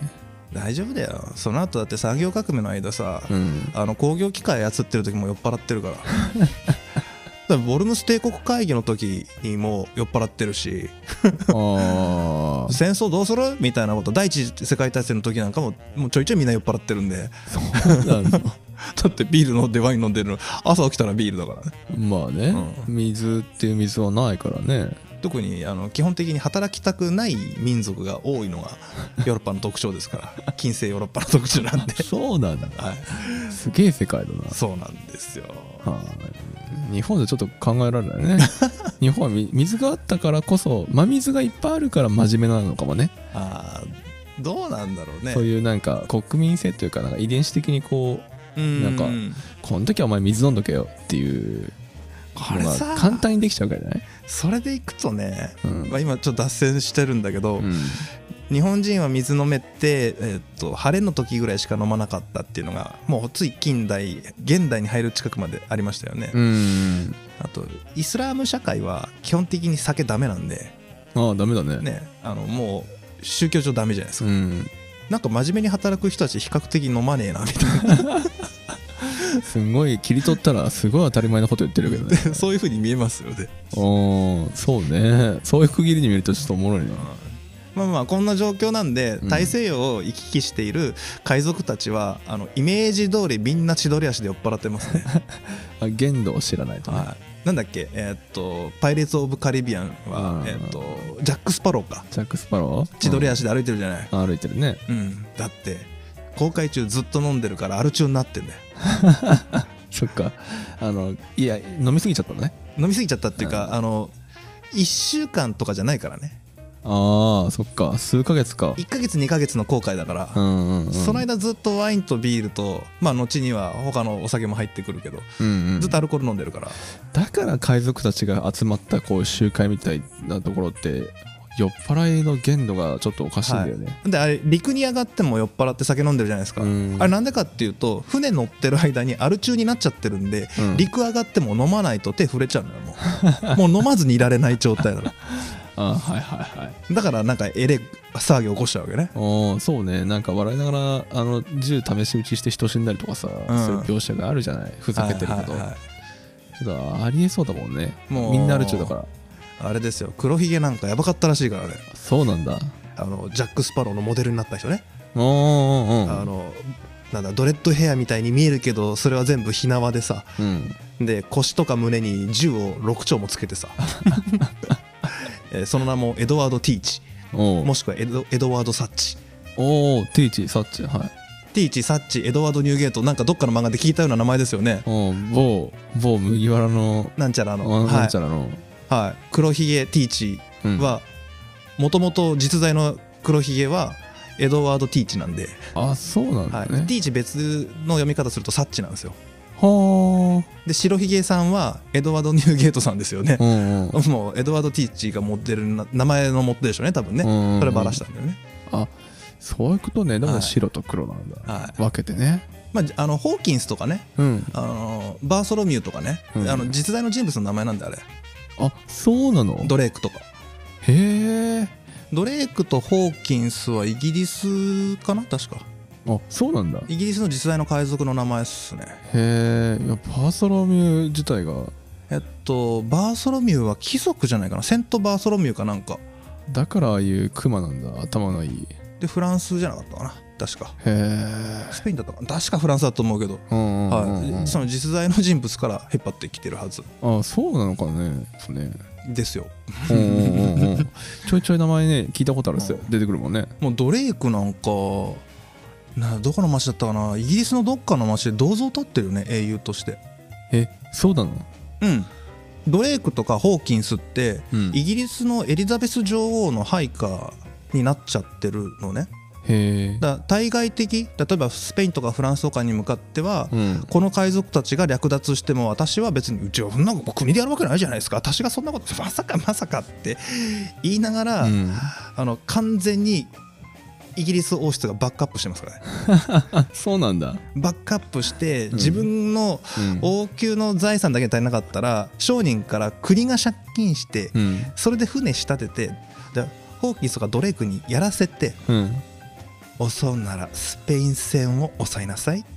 C: 大丈夫だよその後だって産業革命の間さ、
B: うん
C: あの工業機械操ってる時も酔っ払って
B: (laughs)
C: るからだからボルムス帝国会議の時にも酔っ払ってるし
B: あ (laughs) あ
C: 戦争どうするみたいなこと第一次世界大戦の時なんかももうちょいちょいみんな酔っ払ってるんで
B: そうなんだ
C: だってビール飲んでワイン飲んでるの朝起きたらビールだからね
B: まあね、水っていう水はないからね
C: 特にあの基本的に働きたくない民族が多いの
B: (laughs)
C: がヨーロッパの特徴ですから近世ヨーロッパの特徴
B: (laughs)
C: なんで、
B: そうなんだ
C: はい、
B: すげえ世界だな
C: そうなんですよ
B: はい日本じゃちょっと考えられ (laughs) ないね日本はみ水があったからこそ真水がいっぱいあるから真面目なのかもね
C: あーどうなんだろうね
B: そういうなんか国民性というかなんか遺伝子的にこう
C: うん
B: なんかこの時はお前水飲んどけよっていう
C: これ
B: の
C: さ
B: が簡単にできちゃうからじゃない、
C: それでいくとね、
B: うん
C: まあ、今ちょっと脱線してるんだけど、
B: うん
C: 日本人は水飲めって、えっと晴れの時ぐらいしか飲まなかったっていうのがもうつい近代現代に入る近くまでありましたよね、
B: うん
C: あとイスラーム社会は基本的に酒ダメなんで
B: ああダメだね
C: ねあのもう宗教上ダメじゃないです
B: う
C: か、
B: ん
C: なんか真面目に働く人たち比較的飲まねえなみたい
B: すごい切り取ったらすごい当たり前のこと言ってるけ (laughs) どね
C: なそういうふうに見えますよね
B: おーそうねそういう区切りに見るとちょっとおもろいな
C: まあまあこんな状況なんで
B: うん
C: 大西洋を行き来している海賊たちはあのイメージ通りみんな千鳥足で酔っ払ってます (laughs) ね、
B: あ限度を知らないとね、
C: はい、なんだっけえーっと「パイレーツ・オブ・カリビアン
B: う
C: は」
B: ん
C: えーっとジャック・スパローか
B: ジャック・スパロー
C: 千鳥
B: うん
C: 足で歩いてるじゃない、
B: 歩いてるね
C: うん、だって航海中ずっと飲んでるからアル中になってんだよ
B: そっかあのいや飲みすぎちゃったのね
C: 飲みすぎちゃったっていうか、あの1週間とかじゃないからね
B: ああそっか数ヶ月か
C: 1ヶ月2ヶ月の航海だから、
B: うんうんうん
C: その間ずっとワインとビールとまあ後には他のお酒も入ってくるけど
B: うんうん
C: ずっとアルコール飲んでるから、
B: だから海賊たちが集まったこう集会みたいなところって酔っ払いの限度がちょっとおかしいんだよね、
C: であれ陸に上がっても酔っ払って酒飲んでるじゃないですか、
B: うん
C: あれなんでかっていうと船乗ってる間にアル中になっちゃってるんで、
B: うん
C: 陸上がっても飲まないと手触れちゃうのよも
B: (laughs)
C: うもう飲まずにいられない状態なの
B: あーはいはいはい
C: だからなんかエレ騒ぎ起こしちゃうわけね
B: おーそうねなんか笑いながらあの銃試し撃ちして人死んだりとかさ、
C: ん
B: そういう描写があるじゃないふざけてるけど、
C: はいはいはい
B: ちょっとありえそうだもんね
C: もう
B: みんなあるちゅうだから
C: あれですよ黒ひげなんかやばかったらしいからね
B: そうなんだ
C: あのジャック・スパローのモデルになった人ね、
B: おーおーおー
C: あのなんだドレッドヘアみたいに見えるけどそれは全部ひなわでさ
B: うん
C: で腰とか胸に銃を6丁もつけてさ
B: (laughs)
C: えーその名もエドワード・ティーチ
B: おう
C: もしくはエドエドワード・サッチ
B: おおティーチサッチはい
C: ティーチサッチエドワード・ニューゲートなんかどっかの漫画で聞いたような名前ですよね
B: おー某某麦わらの
C: なんちゃら
B: あ
C: の
B: の
C: は
B: なん
C: い
B: ちゃらの、
C: はい、黒ひげティーチ
B: うん
C: はもともと実在の黒ひげはエドワード・ティーチなんで、
B: あそうなんだ
C: はい
B: ね
C: ティーチ別の読み方するとサッチなんですよ
B: は
C: で白ひげさんはエドワード・ニューゲートさんですよね
B: あ、うんうん、
C: もうエドワード・ティーチが持ってるな名前の持ってるでしょうね多分ね、
B: うんうん
C: それバラしたんだよね
B: あそういうことねだか
C: は
B: ら
C: い
B: 白と黒なんだ、
C: はい
B: 分けてね
C: まあじ、あのホーキンスとかね
B: うん
C: あのバーソロミューとかね、
B: うん
C: あの実在の人物の名前なんであれ
B: あそうなの
C: ドレイクとか
B: へえ
C: ドレイクとホーキンスはイギリスかな確か
B: あそうなんだへ
C: イギリスの実在の海賊の名前っすね
B: えいやパーソロミュー自体が
C: えっとバーソロミューは貴族じゃないかなセント・バーソロミューかなんか
B: だからああいうクマなんだ頭のいい
C: でフランスじゃなかったかな確か
B: へえ
C: スペインだったかな確かフランスだと思うけど
B: うんうんうん、うん
C: はい、その実在の人物から引っ張ってきてるはず
B: あそうなのかねそう (laughs) ね
C: ですよ
B: うんうんうんうんちょいちょい名前ね聞いたことあるっすよ
C: う
B: 出てくるもんね
C: もうドレイクなんかなどこの町だったかなイギリスのどっかの町で銅像立ってるよね英雄として
B: えそうなの
C: うんドレイクとかホーキンスって、
B: うん
C: イギリスのエリザベス女王の配下になっちゃってるのね
B: へえ
C: だから対外的例えばスペインとかフランスとかに向かっては、
B: うん
C: この海賊たちが略奪しても私は別にうちはそんな国でやるわけないじゃないですか私がそんなことまさかまさかって言いながら、
B: うん
C: あの完全にイギリス王室がバックアップしてますからね
B: あそうなんだ
C: バックアップして
B: ん
C: 自分の
B: うん
C: 王宮の財産だけ足りなかったら商人から国が借金して
B: うん
C: それで船仕立ててでホーキンスとかドレイクにやらせて
B: うん
C: 襲うならスペイン戦を抑えなさいって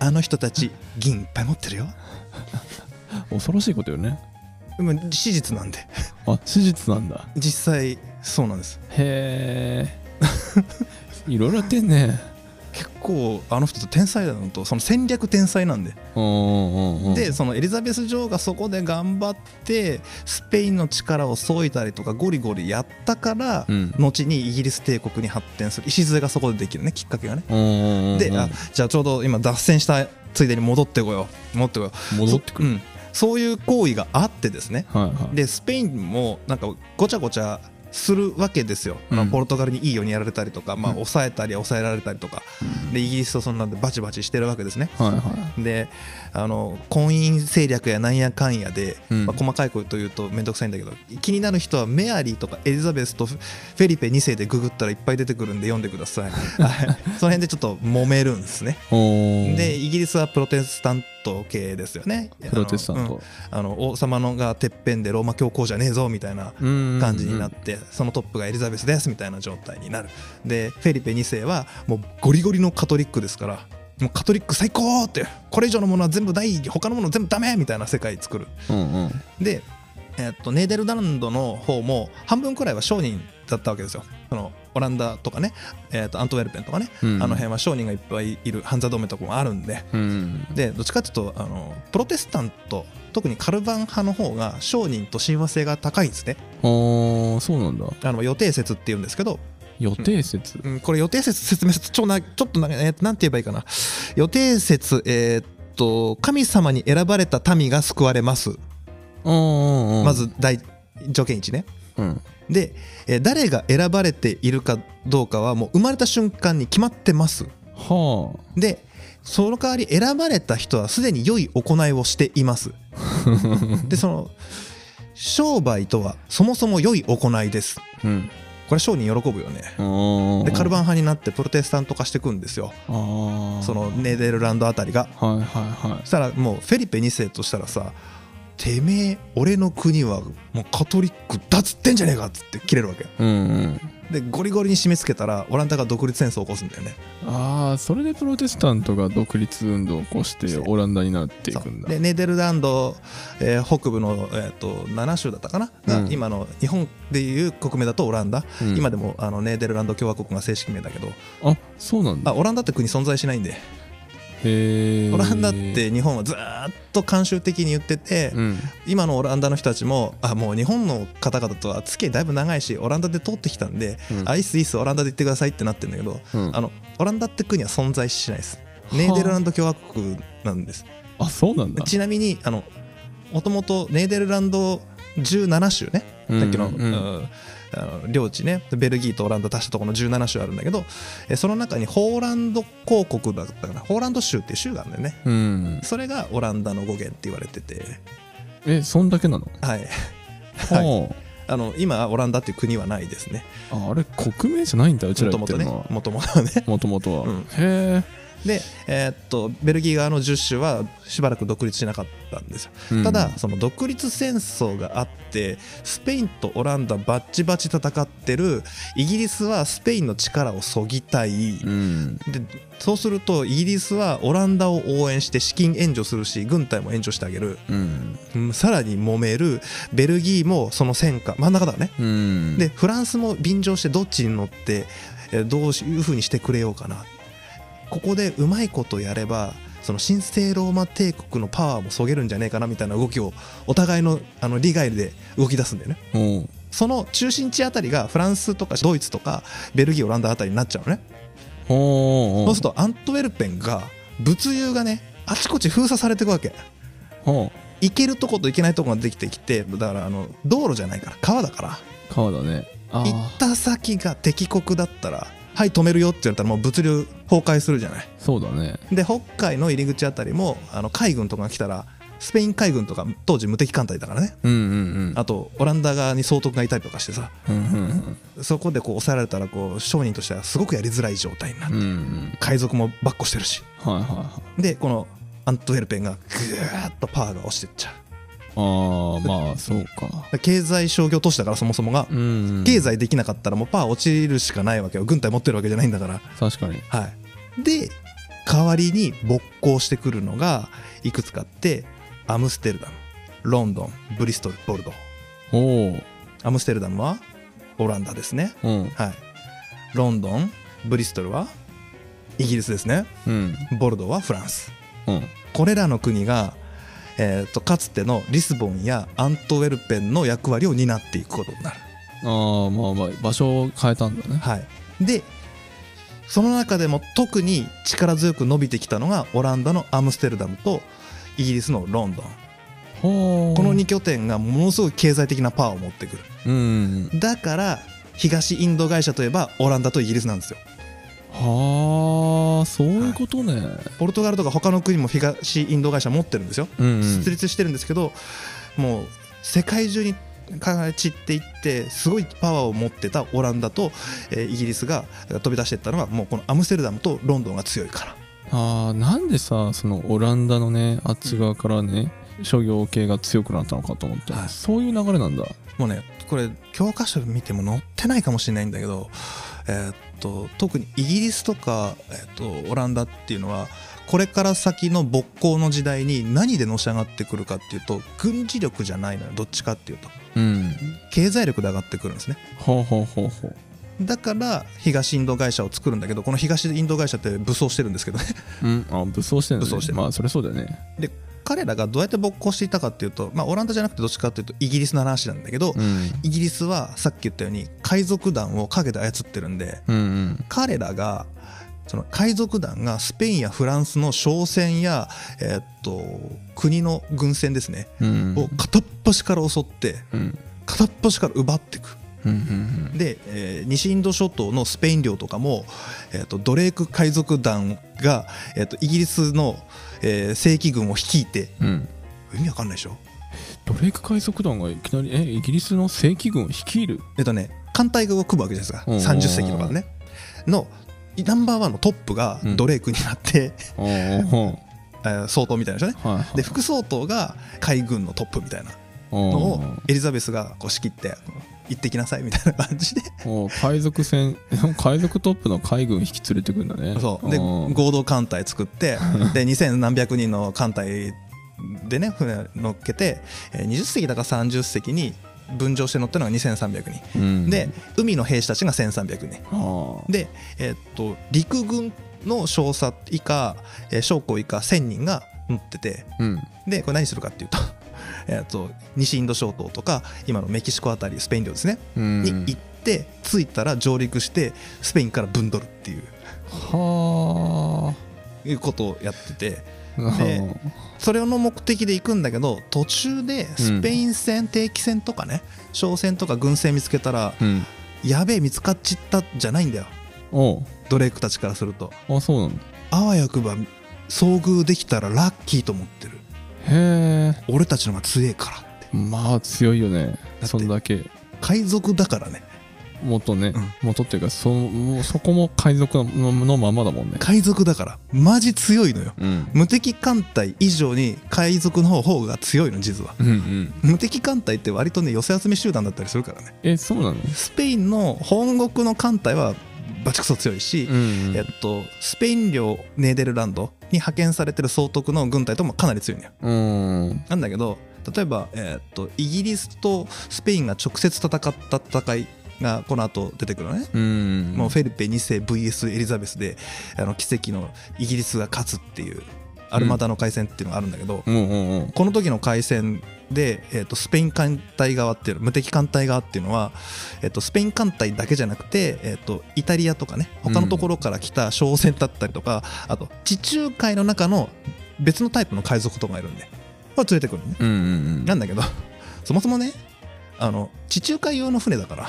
C: あの人たち銀いっぱい持ってるよ
B: 恐ろしいことよね
C: でも史実なんで
B: あ史実なんだ
C: 実際そうなんです
B: へ (laughs) えいろいろやってんね
C: 結構あの人天才だのとその戦略天才なんで
B: うんうんうんうん
C: でそのエリザベス女王がそこで頑張ってスペインの力を削いだりとかゴリゴリやったから、
B: うん
C: 後にイギリス帝国に発展する礎がそこでできるねきっかけがね。
B: うんうんうん
C: であじゃあちょうど今脱線したついでに戻ってこよう戻ってこよう
B: 戻ってくる
C: そうんそういう行為があってですね
B: はいはい
C: でスペインもなんかごちゃごちゃするわけですよ、
B: うん
C: まあポルトガルにいいようにやられたりとか、まあ、
B: うん
C: 抑えたり抑えられたりとか、でイギリスとそんなんでバチバチしてるわけですね。
B: はいは
C: であの婚姻政略やなんやかんやで、
B: うん
C: まあ、細かいこと言うと面倒くさいんだけど気になる人はメアリーとかエリザベスとフェリペ2世でググったらいっぱい出てくるんで読んでくだ
B: (laughs)
C: さいはいその辺でちょっと揉めるんですね
B: いお
C: でイギリスはプロテスタント系ですよね
B: プロテスタント
C: あの、うんあの王様のがてっぺんでローマ教皇じゃねえぞみたいな
B: 感
C: 感じになって、そのトップがエリザベスですみたいな状態になるでフェリペ2世はもうゴリゴリのカトリックですからもうカトリック最高ってこれ以上のものは全部ない他のものは全部ダメみたいな世界作る
B: うんうん
C: で、えっとネーデルランドの方も半分くらいは商人だったわけですよそのオランダとかね、えっとアントウェルペンとかね、
B: うん
C: あの辺は商人がいっぱいいるハンザ同盟とかもあるんで
B: うん
C: でどっちかっていうとあのプロテスタント特にカルバン派の方が商人と親和性が高いんですね
B: ああそうなんだ
C: あの予定説っていうんですけど
B: 予定説
C: うん、これ予定説説明するとちょなちょっとな,、えーとなんて言えばいいかな予定説えーっと神様に選ばれた民が救われます、
B: ま
C: まず第条件1ね
B: うん
C: で、えー誰が選ばれているかどうかはもう生まれた瞬間に決まってます
B: は
C: でその代わり選ばれた人はすでに良い行いをしていますでその商売とはそもそも良い行いです
B: あうん
C: これ商人喜ぶよねで
B: で
C: カルバン派になってプロテスタント化していくんですよ
B: ああ
C: そのネーデルランドあたりが
B: はいはいはい
C: そしたらもうフェリペ2世としたらさ「てめえ俺の国はもうカトリックだっつってんじゃねえか」っつって切れるわけ
B: うんうん
C: でゴリゴリに締め付けたらオランダが独立戦争を起こすんだよね
B: ああそれでプロテスタントが独立運動を起こしてオランダになっていくん
C: そう
B: だ
C: でネーデルランド、えー北部の、えー、と7州だったかな、が
B: うん
C: 今の日本でいう国名だとオランダ、
B: うん
C: 今でもあのネーデルランド共和国が正式名だけど
B: あそうなんだ
C: あオランダって国存在しないんで
B: へえ
C: オランダって日本はずーっと慣習的に言ってて、
B: うん
C: 今のオランダの人たちもあもう日本の方々とは付き合いだいぶ長いしオランダで通ってきたんで、
B: うん
C: あいいっすいいっすオランダで行ってくださいってなってるんだけど、
B: うん
C: あのオランダって国は存在しないですネーデルランド共和国なんです
B: あそうなんだ
C: ちなみにあのもともとネーデルランド17州ね
B: うん
C: さっきの,、
B: うん
C: あの領地ねベルギーとオランダ足したところの17州あるんだけどえその中にホーランド公国だったかなホーランド州っていう州があるんだよね
B: うん
C: それがオランダの語源って言われてて
B: えそんだけなの
C: はいはい
B: は
C: あの今オランダっていう国はないですね
B: あああれ国名じゃないんだうち
C: も
B: ら言っ
C: とも
B: て
C: と
B: る
C: ね
B: のは
C: もともとね
B: もともとは
C: うん
B: へ
C: で、えーっとベルギー側の10州はしばらく独立しなかったんですよ、
B: え
C: ただその独立戦争があってスペインとオランダバッチバチ戦ってるイギリスはスペインの力をそぎたい、
B: うん
C: でそうするとイギリスはオランダを応援して資金援助するし軍隊も援助してあげる、
B: うん
C: うんさらに揉めるベルギーもその戦火真ん中だね
B: うん
C: でフランスも便乗してどっちに乗ってえーどういうふうにしてくれようかなここでうまいことやればその神聖ローマ帝国のパワーもそげるんじゃねえかなみたいな動きをお互いのあの利害で動き出すんだよね
B: おう
C: その中心地あたりがフランスとかドイツとかベルギーオランダあたりになっちゃうのね
B: ほう
C: そうするとアントウェルペンが物流がねあちこち封鎖されていくわけ
B: ほ
C: 行けるとこと行けないとこができてきてだからあの道路じゃないから川だから
B: う川だねあ
C: 行
B: あ
C: った先が敵国だったらはい止めるよって言われたらもう物流崩壊するじゃない
B: そうだね
C: で北海の入り口あたりもあの海軍とかが来たらスペイン海軍とか当時無敵艦隊だからね
B: うんうん
C: あとオランダ側に総督がいたりとかしてさ
B: うんうんうん
C: そこでこう抑えられたらこう商人としてはすごくやりづらい状態になる、
B: うんうん
C: 海賊もばっこしてるし
B: はいはいはい
C: でこのアントウェルペンがぐーっとパワーが落ちてっちゃう
B: ああまあそうか
C: で経済商業都市だからそもそもが
B: うんうん
C: 経済できなかったらもうパワー落ちるしかないわけよ軍隊持ってるわけじゃないんだから
B: 確かに
C: はい、で代わりに勃興してくるのがいくつかあってアムステルダムロンドンブリストルボルドー
B: おお
C: アムステルダムはオランダですね
B: うん
C: はいロンドンブリストルはイギリスですね
B: うん
C: ボルドーはフランス
B: うん
C: これらの国が、えー、とかつてのリスボンやアントウェルペンの役割を担っていくことになる
B: ああまあまあ場所を変えたんだね
C: はい、でその中でも特に力強く伸びてきたのがオランダのアムステルダムとイギリスのロンドン
B: ほう
C: この2拠点がものすごい経済的なパワーを持ってくる
B: うんうん
C: だから東インド会社といえばオランダとイギリスなんですよ
B: はあそういうことね
C: ポルトガルとか他の国も東インド会社持ってるんですよ
B: うんうん
C: 設立してるんですけどもう世界中に散っていってすごいパワーを持ってたオランダと、えーイギリスが飛び出していったのはもうこのアムステルダムとロンドンが強いから
B: あーなんでさそのオランダのねあっち側からね、商業系が強くなったのかと思って、
C: はい
B: そういう流れなんだ
C: もうねこれ教科書見ても載ってないかもしれないんだけど、えーっと特にイギリスとか、えーっとオランダっていうのはこれから先の勃興の時代に何でのし上がってくるかっていうと軍事力じゃないのよどっちかっていうと
B: うん
C: 経済力で上がってくるんですね
B: ほうほうほうほう
C: だから東インド会社を作るんだけどこの東インド会社って武装してるんですけどね (laughs)
B: うんあ武装してるね
C: 武装してる
B: まあそれそうだよね
C: で彼らがどうやって勃興していたかっていうと、まあ、オランダじゃなくてどっちかっていうとイギリスの話なんだけど、
B: うん
C: イギリスはさっき言ったように海賊団を陰で操ってるんで
B: うんうん
C: 彼らがその海賊団がスペインやフランスの商船や、えーっと国の軍船ですね、
B: うんうん
C: を片っ端から襲って
B: うん
C: 片っ端から奪っていく
B: うんうん
C: で、えー西インド諸島のスペイン領とかも、えーっとドレーク海賊団が、えーっとイギリスの、えー正規軍を率いて
B: うんうん
C: 意味わかんないでしょ
B: ドレイク海賊団がいきなりえイギリスの正規軍を率いる
C: えっとね艦隊が組むわけじゃない
B: うん
C: ですか30隻とかねのナンバーワンのトップがドレークにな
B: (laughs)
C: って、
B: おーお
C: えー総統みたいな人ね
B: ーはいはい
C: で副総統が海軍のトップみたいなの
B: お
C: をエリザベスがこう仕切って行ってきなさいみたいな感じで
B: ーおー海賊船 (laughs) 海賊トップの海軍引き連れてくんだね
C: そうで
B: おー
C: 合同艦隊作ってで2000何百人の艦隊でね船乗っけてえー20隻だか30隻に分乗して乗ったのが2300人
B: うん
C: で海の兵士たちが1300人
B: あー
C: で、えーっと陸軍の少佐以下、えー将校以下1000人が乗ってて
B: うん
C: でこれ何するかっていうと (laughs) えーっと西インド諸島とか今のメキシコあたりスペイン領ですね、
B: うん
C: に行って着いたら上陸してスペインからぶんどるっていう
B: は
C: いうことをやってて
B: あ
C: でそれの目的で行くんだけど途中でスペイン船、定期船とかね商船とか軍船見つけたら、
B: うん
C: やべえ見つかっちったじゃないんだよ
B: おう
C: ドレイクたちからすると。
B: あそうなの
C: あわよくば遭遇できたらラッキーと思ってる
B: へ
C: 俺たちの方が強えからって
B: えまあ強いよね
C: て
B: そんだけ
C: 海賊だからね
B: 元ね、
C: うん
B: 元っていうかそもうそこも海賊ののままだもんね
C: 海賊だからマジ強いのよ
B: うん
C: 無敵艦隊以上に海賊の方が強いの実は
B: うんうん
C: 無敵艦隊って割とね寄せ集め集団だったりするからね
B: えそうなの
C: スペインの本国の艦隊はバチクソ強いし、
B: ん
C: えっと、スペイン領ネーデルランドに派遣されてる総督の軍隊ともかなり強いのよ
B: うん
C: なんだけど例えば、えーっとイギリスとスペインが直接戦った戦いがこの後出てくるのね、
B: うん
C: もうフェルペ2世 VS エリザベスであの奇跡のイギリスが勝つっていうアルマダの海戦っていうのがあるんだけど、
B: うんうんうん
C: この時の海戦で、えー、とスペイン艦隊側っていうの無敵艦隊側っていうのは、えー、とスペイン艦隊だけじゃなくて、えー、とイタリアとかね他のところから来た商船だったりとか、あと地中海の中の別のタイプの海賊とかがいるんでこれ連れてくるのね、
B: うんうん
C: なんだけどそもそもねあの地中海用の船だから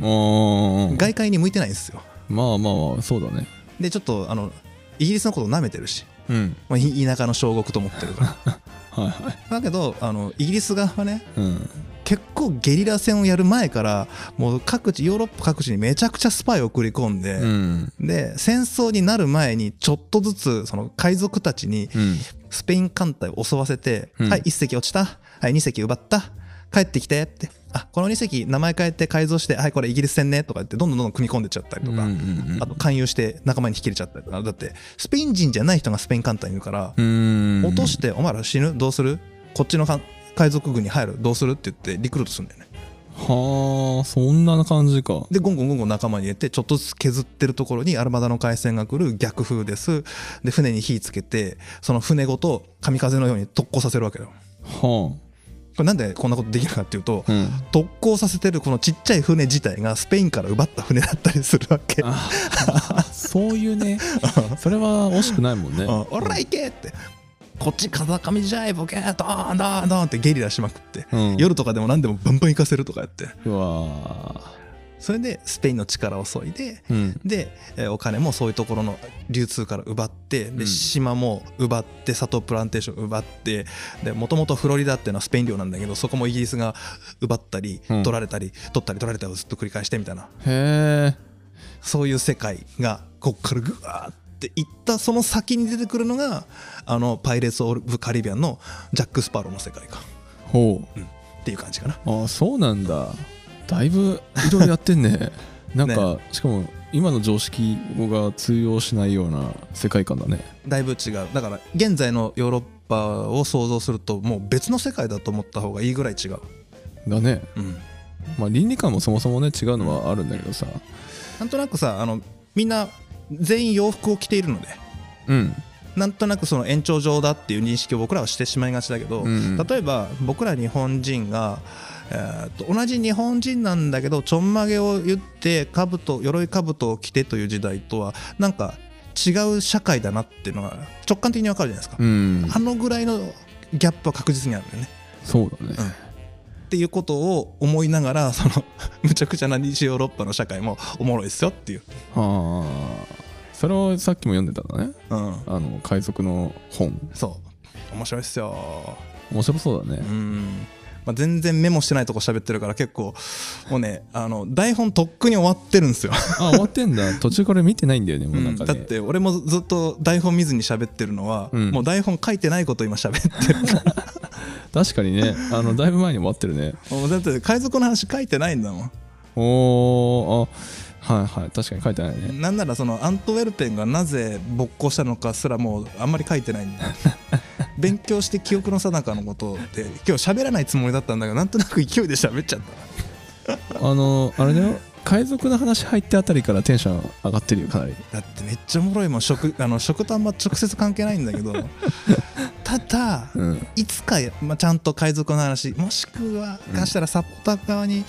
B: うんうんうん
C: 外海に向いてないんですよ
B: まあまあまあそうだね
C: でちょっとあのイギリスのこと舐めてるし、
B: うん
C: まあ、い田舎の小国と思ってるから
B: はいはい
C: だけどあのイギリス側はね
B: うん
C: 結構ゲリラ戦をやる前からもう各地ヨーロッパ各地にめちゃくちゃスパイを送り込んで、
B: うん
C: で戦争になる前にちょっとずつその海賊たちに
B: うん
C: スペイン艦隊を襲わせて「
B: うん
C: はい1隻落ちたはい2隻奪った帰ってきて」って「あこの2隻名前変えて改造してはいこれイギリス戦ね」とか言ってどんどんどんどん組み込んでっちゃったりとか、
B: うんうんうん
C: あと勧誘して仲間に引き入れちゃったりとかだってスペイン人じゃない人がスペイン艦隊にいるから
B: う、ん
C: 落として「お前ら死ぬどうするこっちの艦海賊軍に入るどうする?」って言ってリクルートするんだよね。
B: はあそんな感じか
C: でゴンゴンゴンゴン仲間に入れてちょっとずつ削ってるところにアルマダの海戦が来る逆風ですで船に火つけてその船ごと神風のように特攻させるわけだよ
B: は
C: これなんでこんなことできるかっていうと
B: あうん
C: 特攻させてるこのちっちゃい船自体がスペインから奪った船だったりするわけあ
B: あそういう (laughs) ねそれは惜しくないもんね
C: 「おら行け!」って「こっち風上じゃいボケードーンドーンドーン!」ってゲリラしまくって
B: うん
C: 夜とかでも何でもバンバン行かせるとかやって
B: うわ
C: それでスペインの力を削いで
B: ーうん
C: で、えーお金もそういうところの流通から奪ってで、
B: うん
C: 島も奪って砂糖プランテーション奪ってもともとフロリダっていうのはスペイン領なんだけどそこもイギリスが奪ったり
B: うん
C: 取られたり、取ったり取られたりをずっと繰り返してみたいな
B: へえ
C: そういう世界がこっからぐわーっていったその先に出てくるのがあのパイレーツ・オブ・カリビアンのジャック・スパローの世界観
B: ほう
C: っていう感じかな。
B: あそうなんだだいぶいろいろやってん (laughs) ねなんかしかも今の常識が通用しないような世界観だね
C: だいぶ違うだから現在のヨーロッパを想像するともう別の世界だと思った方がいいぐらい違う。
B: だね
C: うん
B: まあ倫理観もそもそもね違うのはあるんだけどさ
C: なんとなくさあのみんな全員洋服を着ているので
B: うん
C: なんとなくその延長上だっていう認識を僕らはしてしまいがちだけど、
B: うんうん
C: 例えば僕ら日本人が、えーっと同じ日本人なんだけどちょんまげを言って兜鎧兜を着てという時代とはなんか違う社会だなっていうのが直感的にわかるじゃないですか、
B: うん
C: あのぐらいのギャップは確実にあるよね。
B: そうだね
C: っていうことを思いながらその (laughs) むちゃくちゃな西ヨーロッパの社会もおもろいですよっていう。
B: はあそれをさっきも読んでたんだね
C: うん
B: あの海賊の本
C: そう面白いっすよ
B: 面白そうだ
C: う
B: ね
C: ん、まあ、全然メモしてないとこ喋ってるから結構もうねあの台本とっくに終わってるんですよ、
B: あ終わってんだ途中から見てないんだよねもうなんか
C: だっ
B: ね
C: て俺もずっと台本見ずに喋ってるのは、
B: うん
C: もう台本書いてないこと今喋って (laughs) るから
B: 確かにねあのだいぶ前に終わってるね
C: もうだって海賊の話書いてないんだもん
B: おーあはいはい確かに書いてないね
C: なんならそのアントウェルペンがなぜ勃興したのかすらもうあんまり書いてないんだ (laughs) 勉強して記憶の定かのことで今日喋らないつもりだったんだけどなんとなく勢いで喋っちゃった
B: あのあれだよ海賊の話入ってあたりからテンション上がってるよかなり
C: だってめっちゃおもろいもん食 (laughs) あの食とあんま直接関係ないんだけ
B: (laughs)
C: どただ
B: うん
C: いつか、まあ、ちゃんと海賊の話もしくはかしたらサポター側に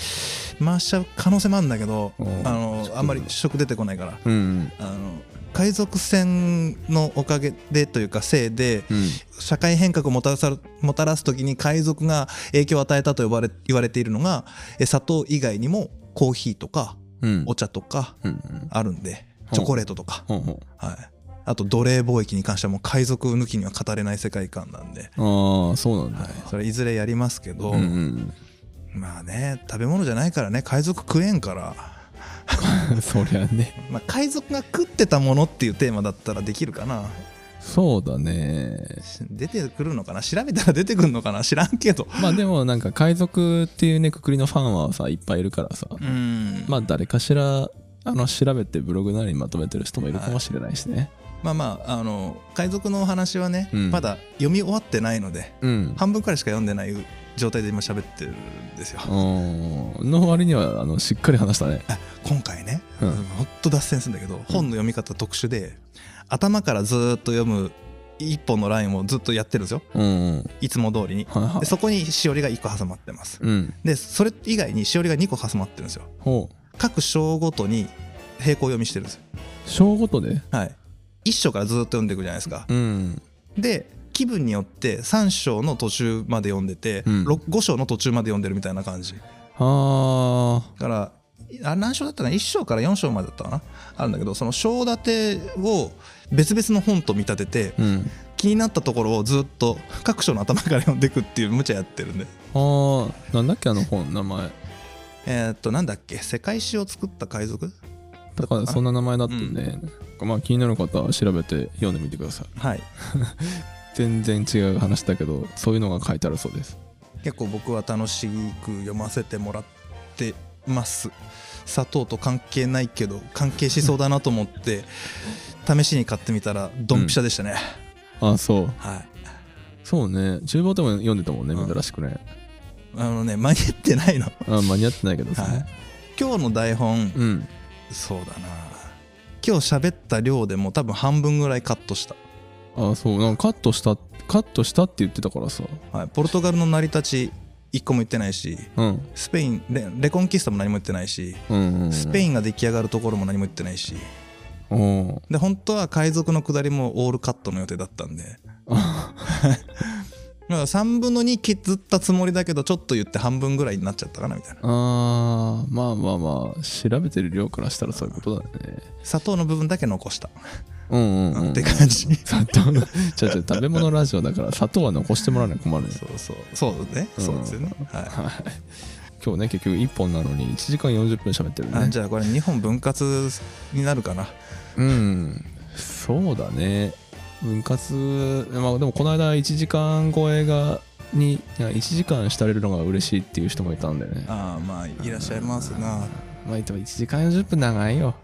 C: 回しちゃう可能性もあるんだけど、
B: うん
C: あのあんまり食出てこないから
B: うん
C: あの海賊船のおかげでというかせいで
B: うん
C: 社会変革をもたらさもたらす時に海賊が影響を与えたと呼ばれ言われているのがえ砂糖以外にもコーヒーとか
B: うん
C: お茶とか
B: うんうん
C: あるんでチョコレートとか。
B: ほうほう
C: はい、あと奴隷貿易に関してはもう海賊抜きには語れない世界観なんで、
B: ああそうなん
C: は
B: だ
C: い、それいずれやりますけど、
B: うんうん (laughs)
C: まあね食べ物じゃないからね海賊食えんから、
B: そりゃね
C: まあ、海賊が食ってたものっていうテーマだったらできるかな
B: そうだね
C: し出てくるのかな調べたら出てくるのかな知らんけど
B: まあでもなんか海賊っていうねくくりのファンはさいっぱいいるからさ
C: うん
B: まあ誰かしらあの調べてブログなりにまとめてる人もいるかもしれないしね
C: まあまああの海賊のお話はね、
B: うん
C: まだ読み終わってないので
B: うん
C: 半分くらいしか読んでない状態で今喋ってるんですよ
B: うんの割にはあのしっかり話したね
C: あ今回ね、
B: うん
C: ほんと脱線するんだけど、本の読み方特殊で頭からずーっと読む一本のラインをずっとやってるんですよ
B: うんうん
C: いつも通りに
B: はいは
C: で
B: い
C: そこにしおりが1個挟まってます
B: うん
C: でそれ以外にしおりが2個挟まってるんですよ
B: ほう
C: 各章ごとに平行読みしてるんですよ
B: 章ごとで
C: はい1章からずっと読んでいくじゃないですか
B: うん
C: で気分によって3章の途中まで読んでて、
B: うん
C: 六5章の途中まで読んでるみたいな感じだ
B: ああ
C: からあ何章だったかな1章から4章までだったかなあるんだけどその章立てを別々の本と見立てて
B: うん
C: 気になったところをずっと各章の頭から読んでいくっていう無茶やってるんで
B: ああなんだっけあの本名前
C: えーっとなんだっけ世界史を作った海賊
B: だからそんな名前だったんで、まあ気になる方は調べて読んでみてください
C: はい
B: 全然違う話だけどそういうのが書いてあるそうです
C: 結構僕は楽しく読ませてもらってます砂糖と関係ないけど関係しそうだなと思って試しに買ってみたらドンピシャでしたね、
B: ああそう
C: はい
B: そうね厨房でも読んでたもんね
C: うん
B: 珍しくね、
C: あのね間に合ってないの
B: ああ間に合ってないけどさ、
C: はい今日の台本
B: うん
C: そうだな今日喋った量でも多分半分ぐらいカットした、
B: ああそうなんかカットしたカットしたって言ってたからさ
C: はい、ポルトガルの成り立ち一個も言ってないし
B: うん
C: スペインレレコンキスタも何も言ってないし
B: うんうん、うん、
C: スペインが出来上がるところも何も言ってないし
B: おー
C: で本当は海賊の下りもオールカットの予定だったんで
B: あ
C: だから3分の2削ったつもりだけどちょっと言って半分ぐらいになっちゃったかなみたいな
B: あーまあまあまあ調べてる量からしたらそういうことだね
C: 砂糖の部分だけ残した、
B: うんうん、うん、
C: って
B: (laughs)
C: 感じ
B: 砂糖のちょちょ食べ物ラジオだから砂糖は残してもらわないと困るね
C: そうそうそうね、
B: うん
C: そうですよね、は
B: はい今日ね結局1本なのに1時間40分喋ってる
C: い、あ
B: ね
C: じゃあこれ2本分割になるかな
B: うんそうだね分割まあでもこの間1時間超えがに1時間したれるのが嬉しいっていう人もいたんだよね
C: ああまあいらっしゃいますな
B: まあでも1時間40分長いよ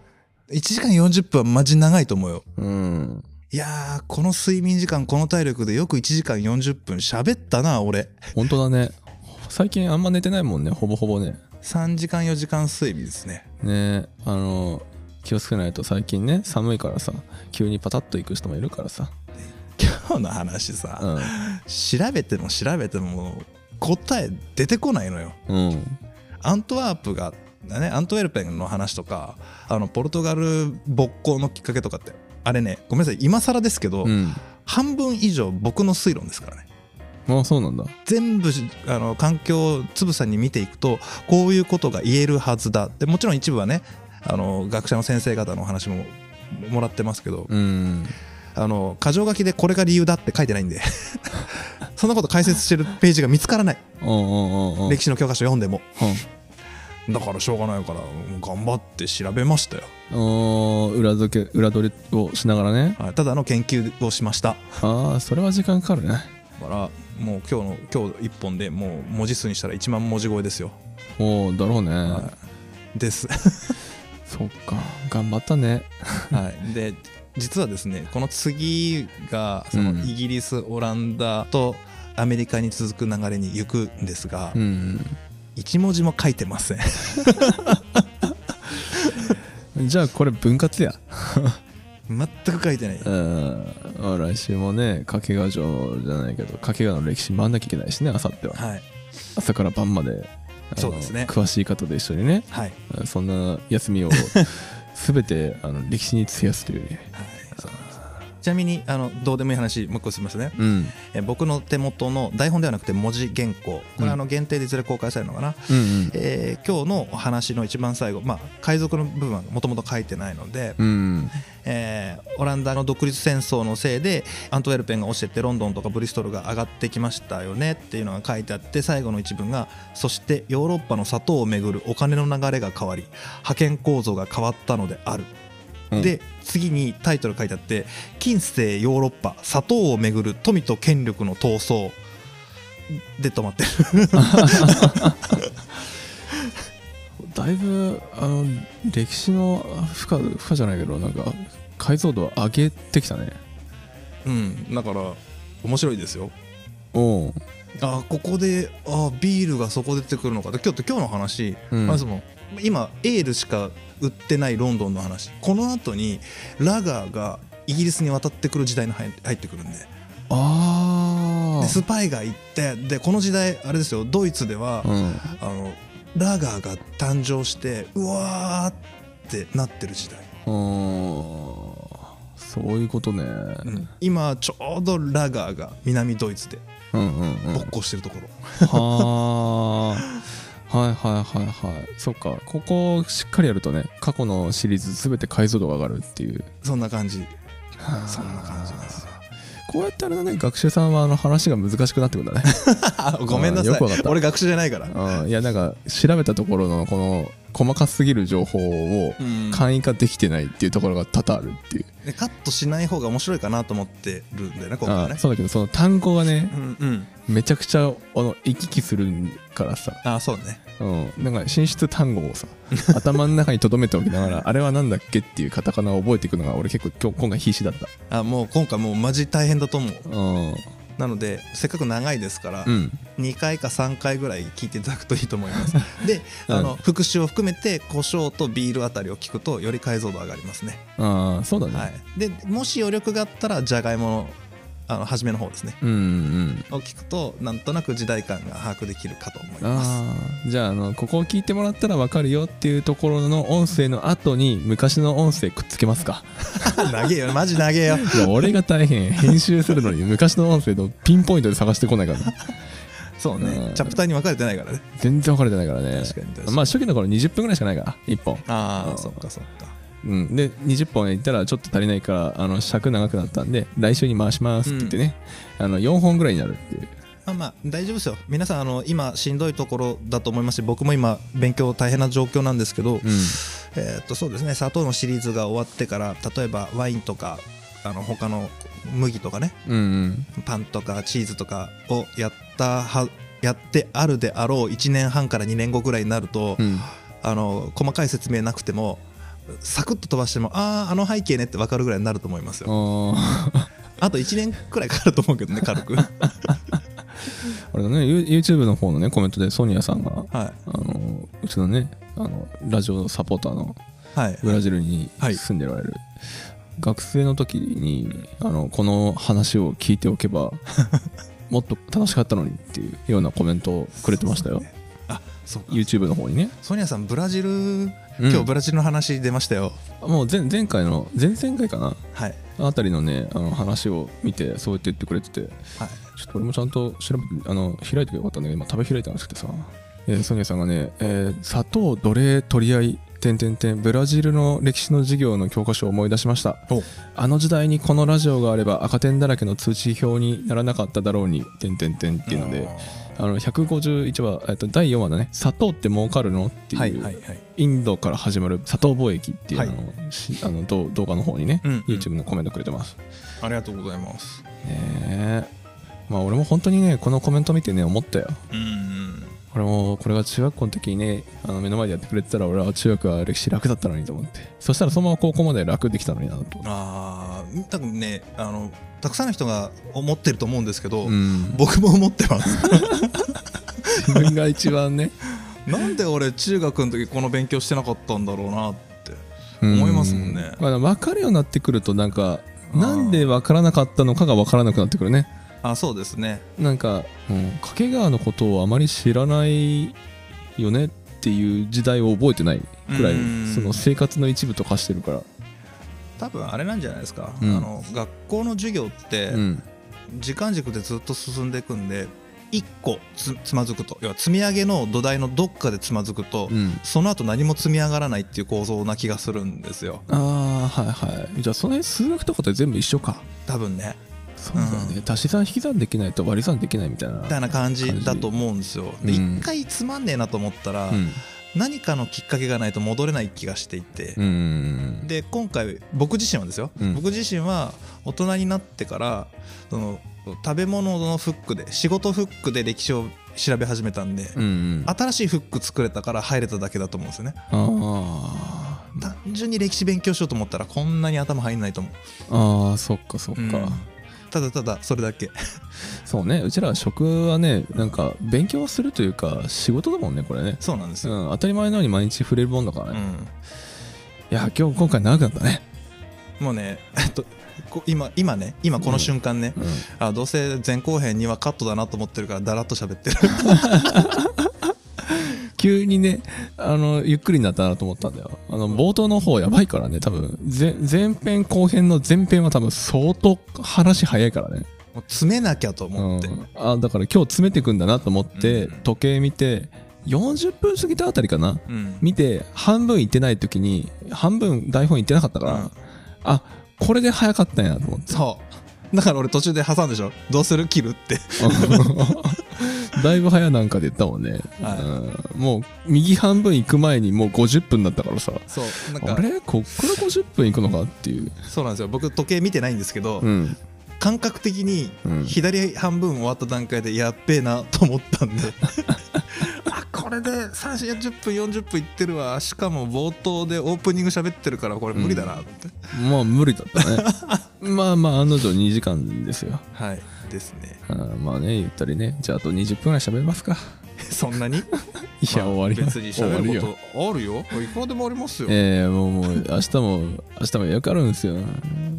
C: 1時間40分はマジ長いと思うよ
B: うん
C: いやーこの睡眠時間この体力でよく1時間40分喋ったな俺
B: 本当だね最近あんま寝てないもんねほぼほぼね
C: 3時間4時間睡眠ですね
B: ねあの気をつけないと最近ね寒いからさ急にパタッと行く人もいるからさ
C: 今日の話さ、
B: うん
C: 調べても調べても答え出てこないのよ
B: うん
C: アントワープがねアントウェルペンの話とかあのポルトガル勃興のきっかけとかってあれねごめんなさい今更ですけど、
B: うん
C: 半分以上僕の推論ですからね
B: あそうなんだ
C: 全部あの環境をつぶさに見ていくとこういうことが言えるはずだでもちろん一部はねあの学者の先生方のお話ももらってますけど、
B: うん
C: あの箇条書きでこれが理由だって書いてないんで (laughs) そんなこと解説してるページが見つからない
B: うんうんうんうん
C: 歴史の教科書読んでも
B: うん
C: だからしょうがないからもう頑張って調べましたよ、
B: おー裏付け裏取りをしながらね
C: はい、ただの研究をしました
B: ああそれは時間かかるね
C: だからもう今日の今日一本でもう文字数にしたら1万文字超えですよ、
B: おおだろうね、
C: はい、です
B: そっか頑張ったね
C: はいで実はですねこの次がそうの
B: ん
C: イギリスオランダとアメリカに続く流れに行くんですが、
B: うん
C: 1文字も書いてません (laughs)
B: じゃあこれ分割や
C: 全く書いてない
B: うんまあ来週もね掛川城じゃないけど掛川の歴史回んなきゃいけないしねあさっては
C: はい
B: 朝から晩まであの
C: そうですね
B: 詳しい方と一緒にね
C: はい、
B: そんな休 (laughs) みを全てあの歴史に費やすというね
C: はい、そうなんですちなみにあのどうでもいい話もう一個すみませんね
B: うん
C: えー僕の手元の台本ではなくて文字原稿こ
B: うん
C: れあの限定でいずれ公開されるのかな、
B: うん
C: えー今日のお話の一番最後、まあ、海賊の部分はもともと書いてないので、
B: うんうん
C: えーオランダの独立戦争のせいでアントウェルペンが落ちてってロンドンとかブリストルが上がってきましたよねっていうのが書いてあって最後の一文が「そしてヨーロッパの砂糖をめぐるお金の流れが変わり覇権構造が変わったのである」
B: うん
C: で次にタイトル書いてあって「近世ヨーロッパ砂糖をめぐる富と権力の闘争」で止まってる
B: だいぶあの歴史の負荷負荷じゃないけどなんか解像度を上げてきたね
C: うんだから面白いですよ
B: おう
C: あここであビールがそこで出てくるのかで今日って今日の話、
B: うん
C: まずも今エールしか売ってないロンドンの話この後にラガーがイギリスに渡ってくる時代に入入ってくるんで
B: あ
C: で
B: あ
C: スパイが行ってでこの時代あれですよドイツでは、
B: うん
C: あのラガーが誕生してうわーってなってる時代、
B: うんそういうことね、う
C: うんん、今ちょうどラガーが南ドイツで
B: うんうん
C: 勃興してるところ、
B: はあはいはいはいはいそっかここをしっかりやるとね過去のシリーズ全て解像度が上がるっていう
C: そんな感じそんな感じですよ
B: こうやってあれだね学習さんはあの話が難しくなってく (laughs) るんだね
C: あごめんなさ
B: よ
C: い
B: くわかった
C: 俺学者じゃないから、
B: うんいやなんか調べたところのこの細かすぎる情報を
C: うん
B: 簡易化できてないっていうところが多々あるっていう、
C: でカットしない方が面白いかなと思ってるんだよね今回は
B: あ
C: ね
B: そうだけどその単語がね
C: うんうん
B: めちゃくちゃあの行き来するからさ
C: あそうね
B: うん、なんか進出単語を
C: (laughs)
B: さ頭の中に留めておきながらあれはなんだっけっていうカタカナを覚えていくのが俺結構今日今回必死だった
C: あもう今回もうマジ大変だと思う
B: うん
C: なのでせっかく長いですから、
B: うん
C: 2回か3回ぐらい聞いていただくといいと思います
B: (laughs)
C: であの、
B: うん
C: 復習を含めて胡椒とビールあたりを聞くとより解像度上がりますね、
B: ああそうだね、
C: はい、でもし余力があったらじゃがいものあの初めの方ですね
B: うんうん
C: を聞くとなんとなく時代感が把握できるかと思います
B: ああじゃああのここを聞いてもらったら分かるよっていうところの音声の後に昔の音声くっつけますか
C: (laughs) 長えよマジ長えよ
B: い
C: (laughs)
B: や俺が大変編集するのに昔の音声のピンポイントで探してこないから
C: そう
B: う
C: ね
B: ん
C: チャプターに分かれてないからね
B: 全然分かれてないからね
C: 確かに確かに
B: まあ初期の頃20分ぐらいしかないから1本
C: あ
B: う
C: あ
B: ん
C: そっかそっか
B: うん、で20本いったらちょっと足りないからあの尺長くなったんで来週に回しますって言ってね、あの4本ぐらいになるっていう
C: まあまあ大丈夫ですよ皆さんあの今しんどいところだと思いますし僕も今勉強大変な状況なんですけど、えーっとそうですね砂糖のシリーズが終わってから例えばワインとかあの他の麦とかね
B: うん、うん
C: パンとかチーズとかをやったはやってあるであろう1年半から2年後ぐらいになると、
B: うんうん
C: あの細かい説明なくてもサクッと飛ばしてもあああの背景ねって分かるぐらいになると思いますよ
B: あー (laughs)
C: あと1年くらいかかると思うけどね軽くはい
B: あれだね You- YouTube の方のねコメントでソニアさんがあのうちのねあのラジオサポーターの
C: はい
B: ブラジルに
C: はい
B: 住んでおられる、学生の時にあのこの話を聞いておけ
C: (laughs)
B: ばもっと楽しかったのにっていうようなコメントをくれてましたよ、
C: そうねあそうか
B: YouTube の方にね
C: ソニアさんブラジル
B: うん
C: 今日ブラジルの話出ましたよ、
B: もう前前回の前々回かな
C: はい
B: あたりのねあの話を見てそうやって言ってくれててちょ
C: はい
B: っと俺もちゃんと調べてあの開いてよかったんだけど今食べ開いたんですけどさ、えーソニアさんがね、えー砂糖奴隷取り合い」てんてんてんブラジルの歴史の授業の教科書を思い出しました
C: お
B: あの時代にこのラジオがあれば赤点だらけの通知表にならなかっただろうに「てんてんてん」っていうのであの151話、えっと、第4話だね「砂糖って儲かるの?」っていう、
C: はいはいはい
B: インドから始まる砂糖貿易っていう
C: はい
B: のをしあの動動画の方にね、
C: うんうん
B: YouTube のコメントくれてます。
C: ありがとうございます
B: ねえまあ俺も本当にねこのコメント見てね思ったよ。
C: うん
B: 俺もこれが中学校の時にねあの目の前でやってくれてたら俺は中学は歴史楽だったのにと思ってそしたらそのまま高校まで楽できたのになと思って。
C: ああ多分ねあのたくさんの人が思ってると思うんですけど、
B: うん、
C: 僕も思ってます (laughs)
B: 自分が一番ね
C: なんで俺中学の時この勉強してなかったんだろうなって (laughs) 思いますもんね
B: うまあ、分かるようになってくるとなんかなんで分からなかったのかが分からなくなってくるね
C: あそうですね
B: なんか、うん、掛川のことをあまり知らないよねっていう時代を覚えてないくらい
C: うん
B: その生活の一部と化してるから、
C: 多分あれなんじゃないですか、
B: うん
C: あの学校の授業って
B: うん、
C: 時間軸でずっと進んでいくんで1個つつまずくと要は積み上げの土台のどっかでつまずくと、
B: うん
C: その後何も積み上がらないっていう構造な気がするんですよ
B: ああはいはいじゃあその辺数学とかって全部一緒か
C: 多分ね
B: そうだよね、足し算引き算できないと割り算できないみたいな
C: みたいな感じだと思うんですよで
B: うん
C: 一回つまんねえなと思ったら、
B: うん
C: 何かのきっかけがないと戻れない気がしていて、
B: うん
C: で今回僕自身はですよ、
B: うん
C: 僕自身は大人になってからその食べ物のフックで仕事フックで歴史を調べ始めたんで、
B: うんうんあ
C: 新しいフック作れたから入れただけだと思うんですよね
B: あー
C: 単純に歴史勉強しようと思ったらこんなに頭入んないと思う
B: あーそっかそっか、
C: うんただただそれだけ (laughs)
B: そうねうちらは食はねなんか勉強するというか仕事だもんねこれね
C: そうなんです
B: う
C: よ、
B: ん、当たり前のように毎日触れるもんだから
C: う
B: ね、い
C: ん
B: や今日今回長くなったね
C: もうねえっとこ今今ね今この瞬間ね、
B: うん
C: あどうせ前後編にはカットだなと思ってるからだらっと喋 (laughs) ってる
B: 急にねあのゆっくりになったなと思ったんだよあの冒頭の方やばいからね多分前前編後編の前編は多分相当話早いからね、
C: もう詰めなきゃと
B: う
C: 思
B: ん
C: って、、
B: あだから今日詰めてくんだなと思って、
A: うん
B: 時計見て40分過ぎたあたりかな
C: うん
B: 見て半分いってない時に半分台本いってなかったから、
C: うん
B: あこれで早かったんやと思って
C: そうだから俺途中で挟んでしょどうする切るって
B: (laughs) だいぶ早なんかで言ったもんね、
C: は
B: うんもう右半分行く前にもう50分だったからさ
C: そうなん
B: あ
C: か
B: れこっから50分行くのかっていう、
C: そうなんですよ僕時計見てないんですけど、
B: うん、
C: 感覚的に
B: うん
C: 左半分終わった段階でやっべえなと思ったんで (laughs) あこれで3 0 40分40分いってるわしかも冒頭でオープニング喋ってるからこれ無理だなって、
B: まあ無理だったね (laughs) まあまあ案の定2時間ですよ
C: はいですね (laughs)
B: あーまあねゆったりねじゃああと20分ぐらい喋りますか
C: そんなにい
B: いや、終わり
C: 別に
B: 終わ
C: 喋
B: り
C: る
B: よ
C: ことあるよいくらでもありますよ、
B: ええもうもう明日も明日もよくあるんですよ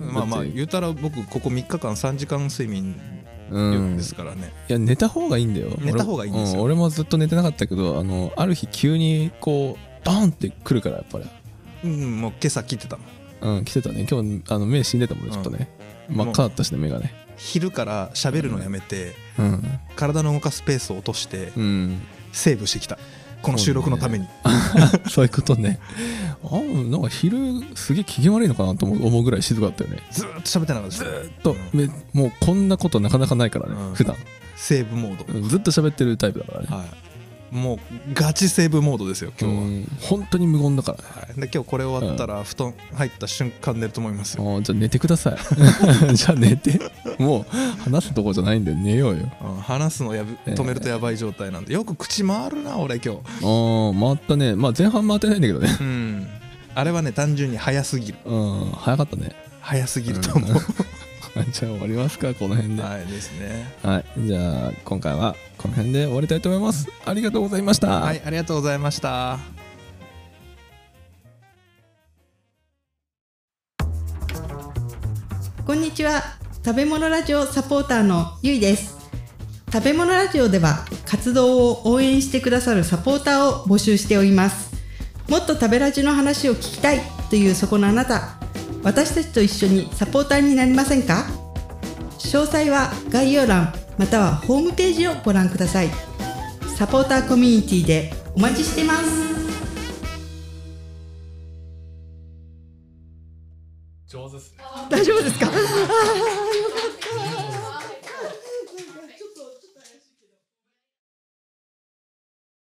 C: まあまあ
B: だって
C: 言うたら僕ここ3日間3時間睡眠
B: うん
C: ですからね、
B: いや寝た方がいいんだよ
C: 寝た方がいいんですよ
B: 俺,、うん、俺もずっと寝てなかったけどあのある日急にこうドーンって来るからやっぱり
C: うん、もう今朝聞いてたの
B: うん来てたね今日あの目死んでたもんねちょっとね、
C: うん
B: 真っ赤だったしね目がね
C: 昼から喋るのやめて、
B: うん、
C: 体の動かすペースを落として
B: うん、
C: セーブしてきたこの収録のために、
B: そういうことねあなんか昼すげえ機嫌悪いのかなと思う思うぐらい静かだったよね
C: ずーっと喋ってなかったですず
B: とめもうこんなことなかなかないからね、
C: うん
B: 普段
C: セーブモード、
B: うんずっと喋ってるタイプだからね
C: はいもうガチセーブモードですよ今日は、
B: うん本当に無言だからね
C: はい、で今日これ終わったら布団入った瞬間寝ると思いますよ、
B: あーじゃあ寝てください (laughs) じゃあ寝てもう話すとこじゃないんで寝ようよ
C: うん話すのやぶ
B: ええ
C: 止めるとやばい状態なんでよく口回るな俺今日
B: ああ回ったねまあ前半回ってないんだけどね (laughs)
C: うんあれはね単純に早すぎる
B: うん早かったね (laughs)
C: 早すぎると思う、
B: じゃあ終わりますかこの辺では
C: (laughs) はいですね
B: い、じゃあ今回はこの辺で終わりたいと思いますありがとうございました、
C: はいありがとうございました
D: こんにちは食べ物ラジオサポーターのゆいです食べ物ラジオでは活動を応援してくださるサポーターを募集しておりますもっと食べラジの話を聞きたいというそこのあなた私たちと一緒にサポーターになりませんか詳細は概要欄またはホームページをご覧くださいサポーターコミュニティでお待ちしてます大丈夫ですか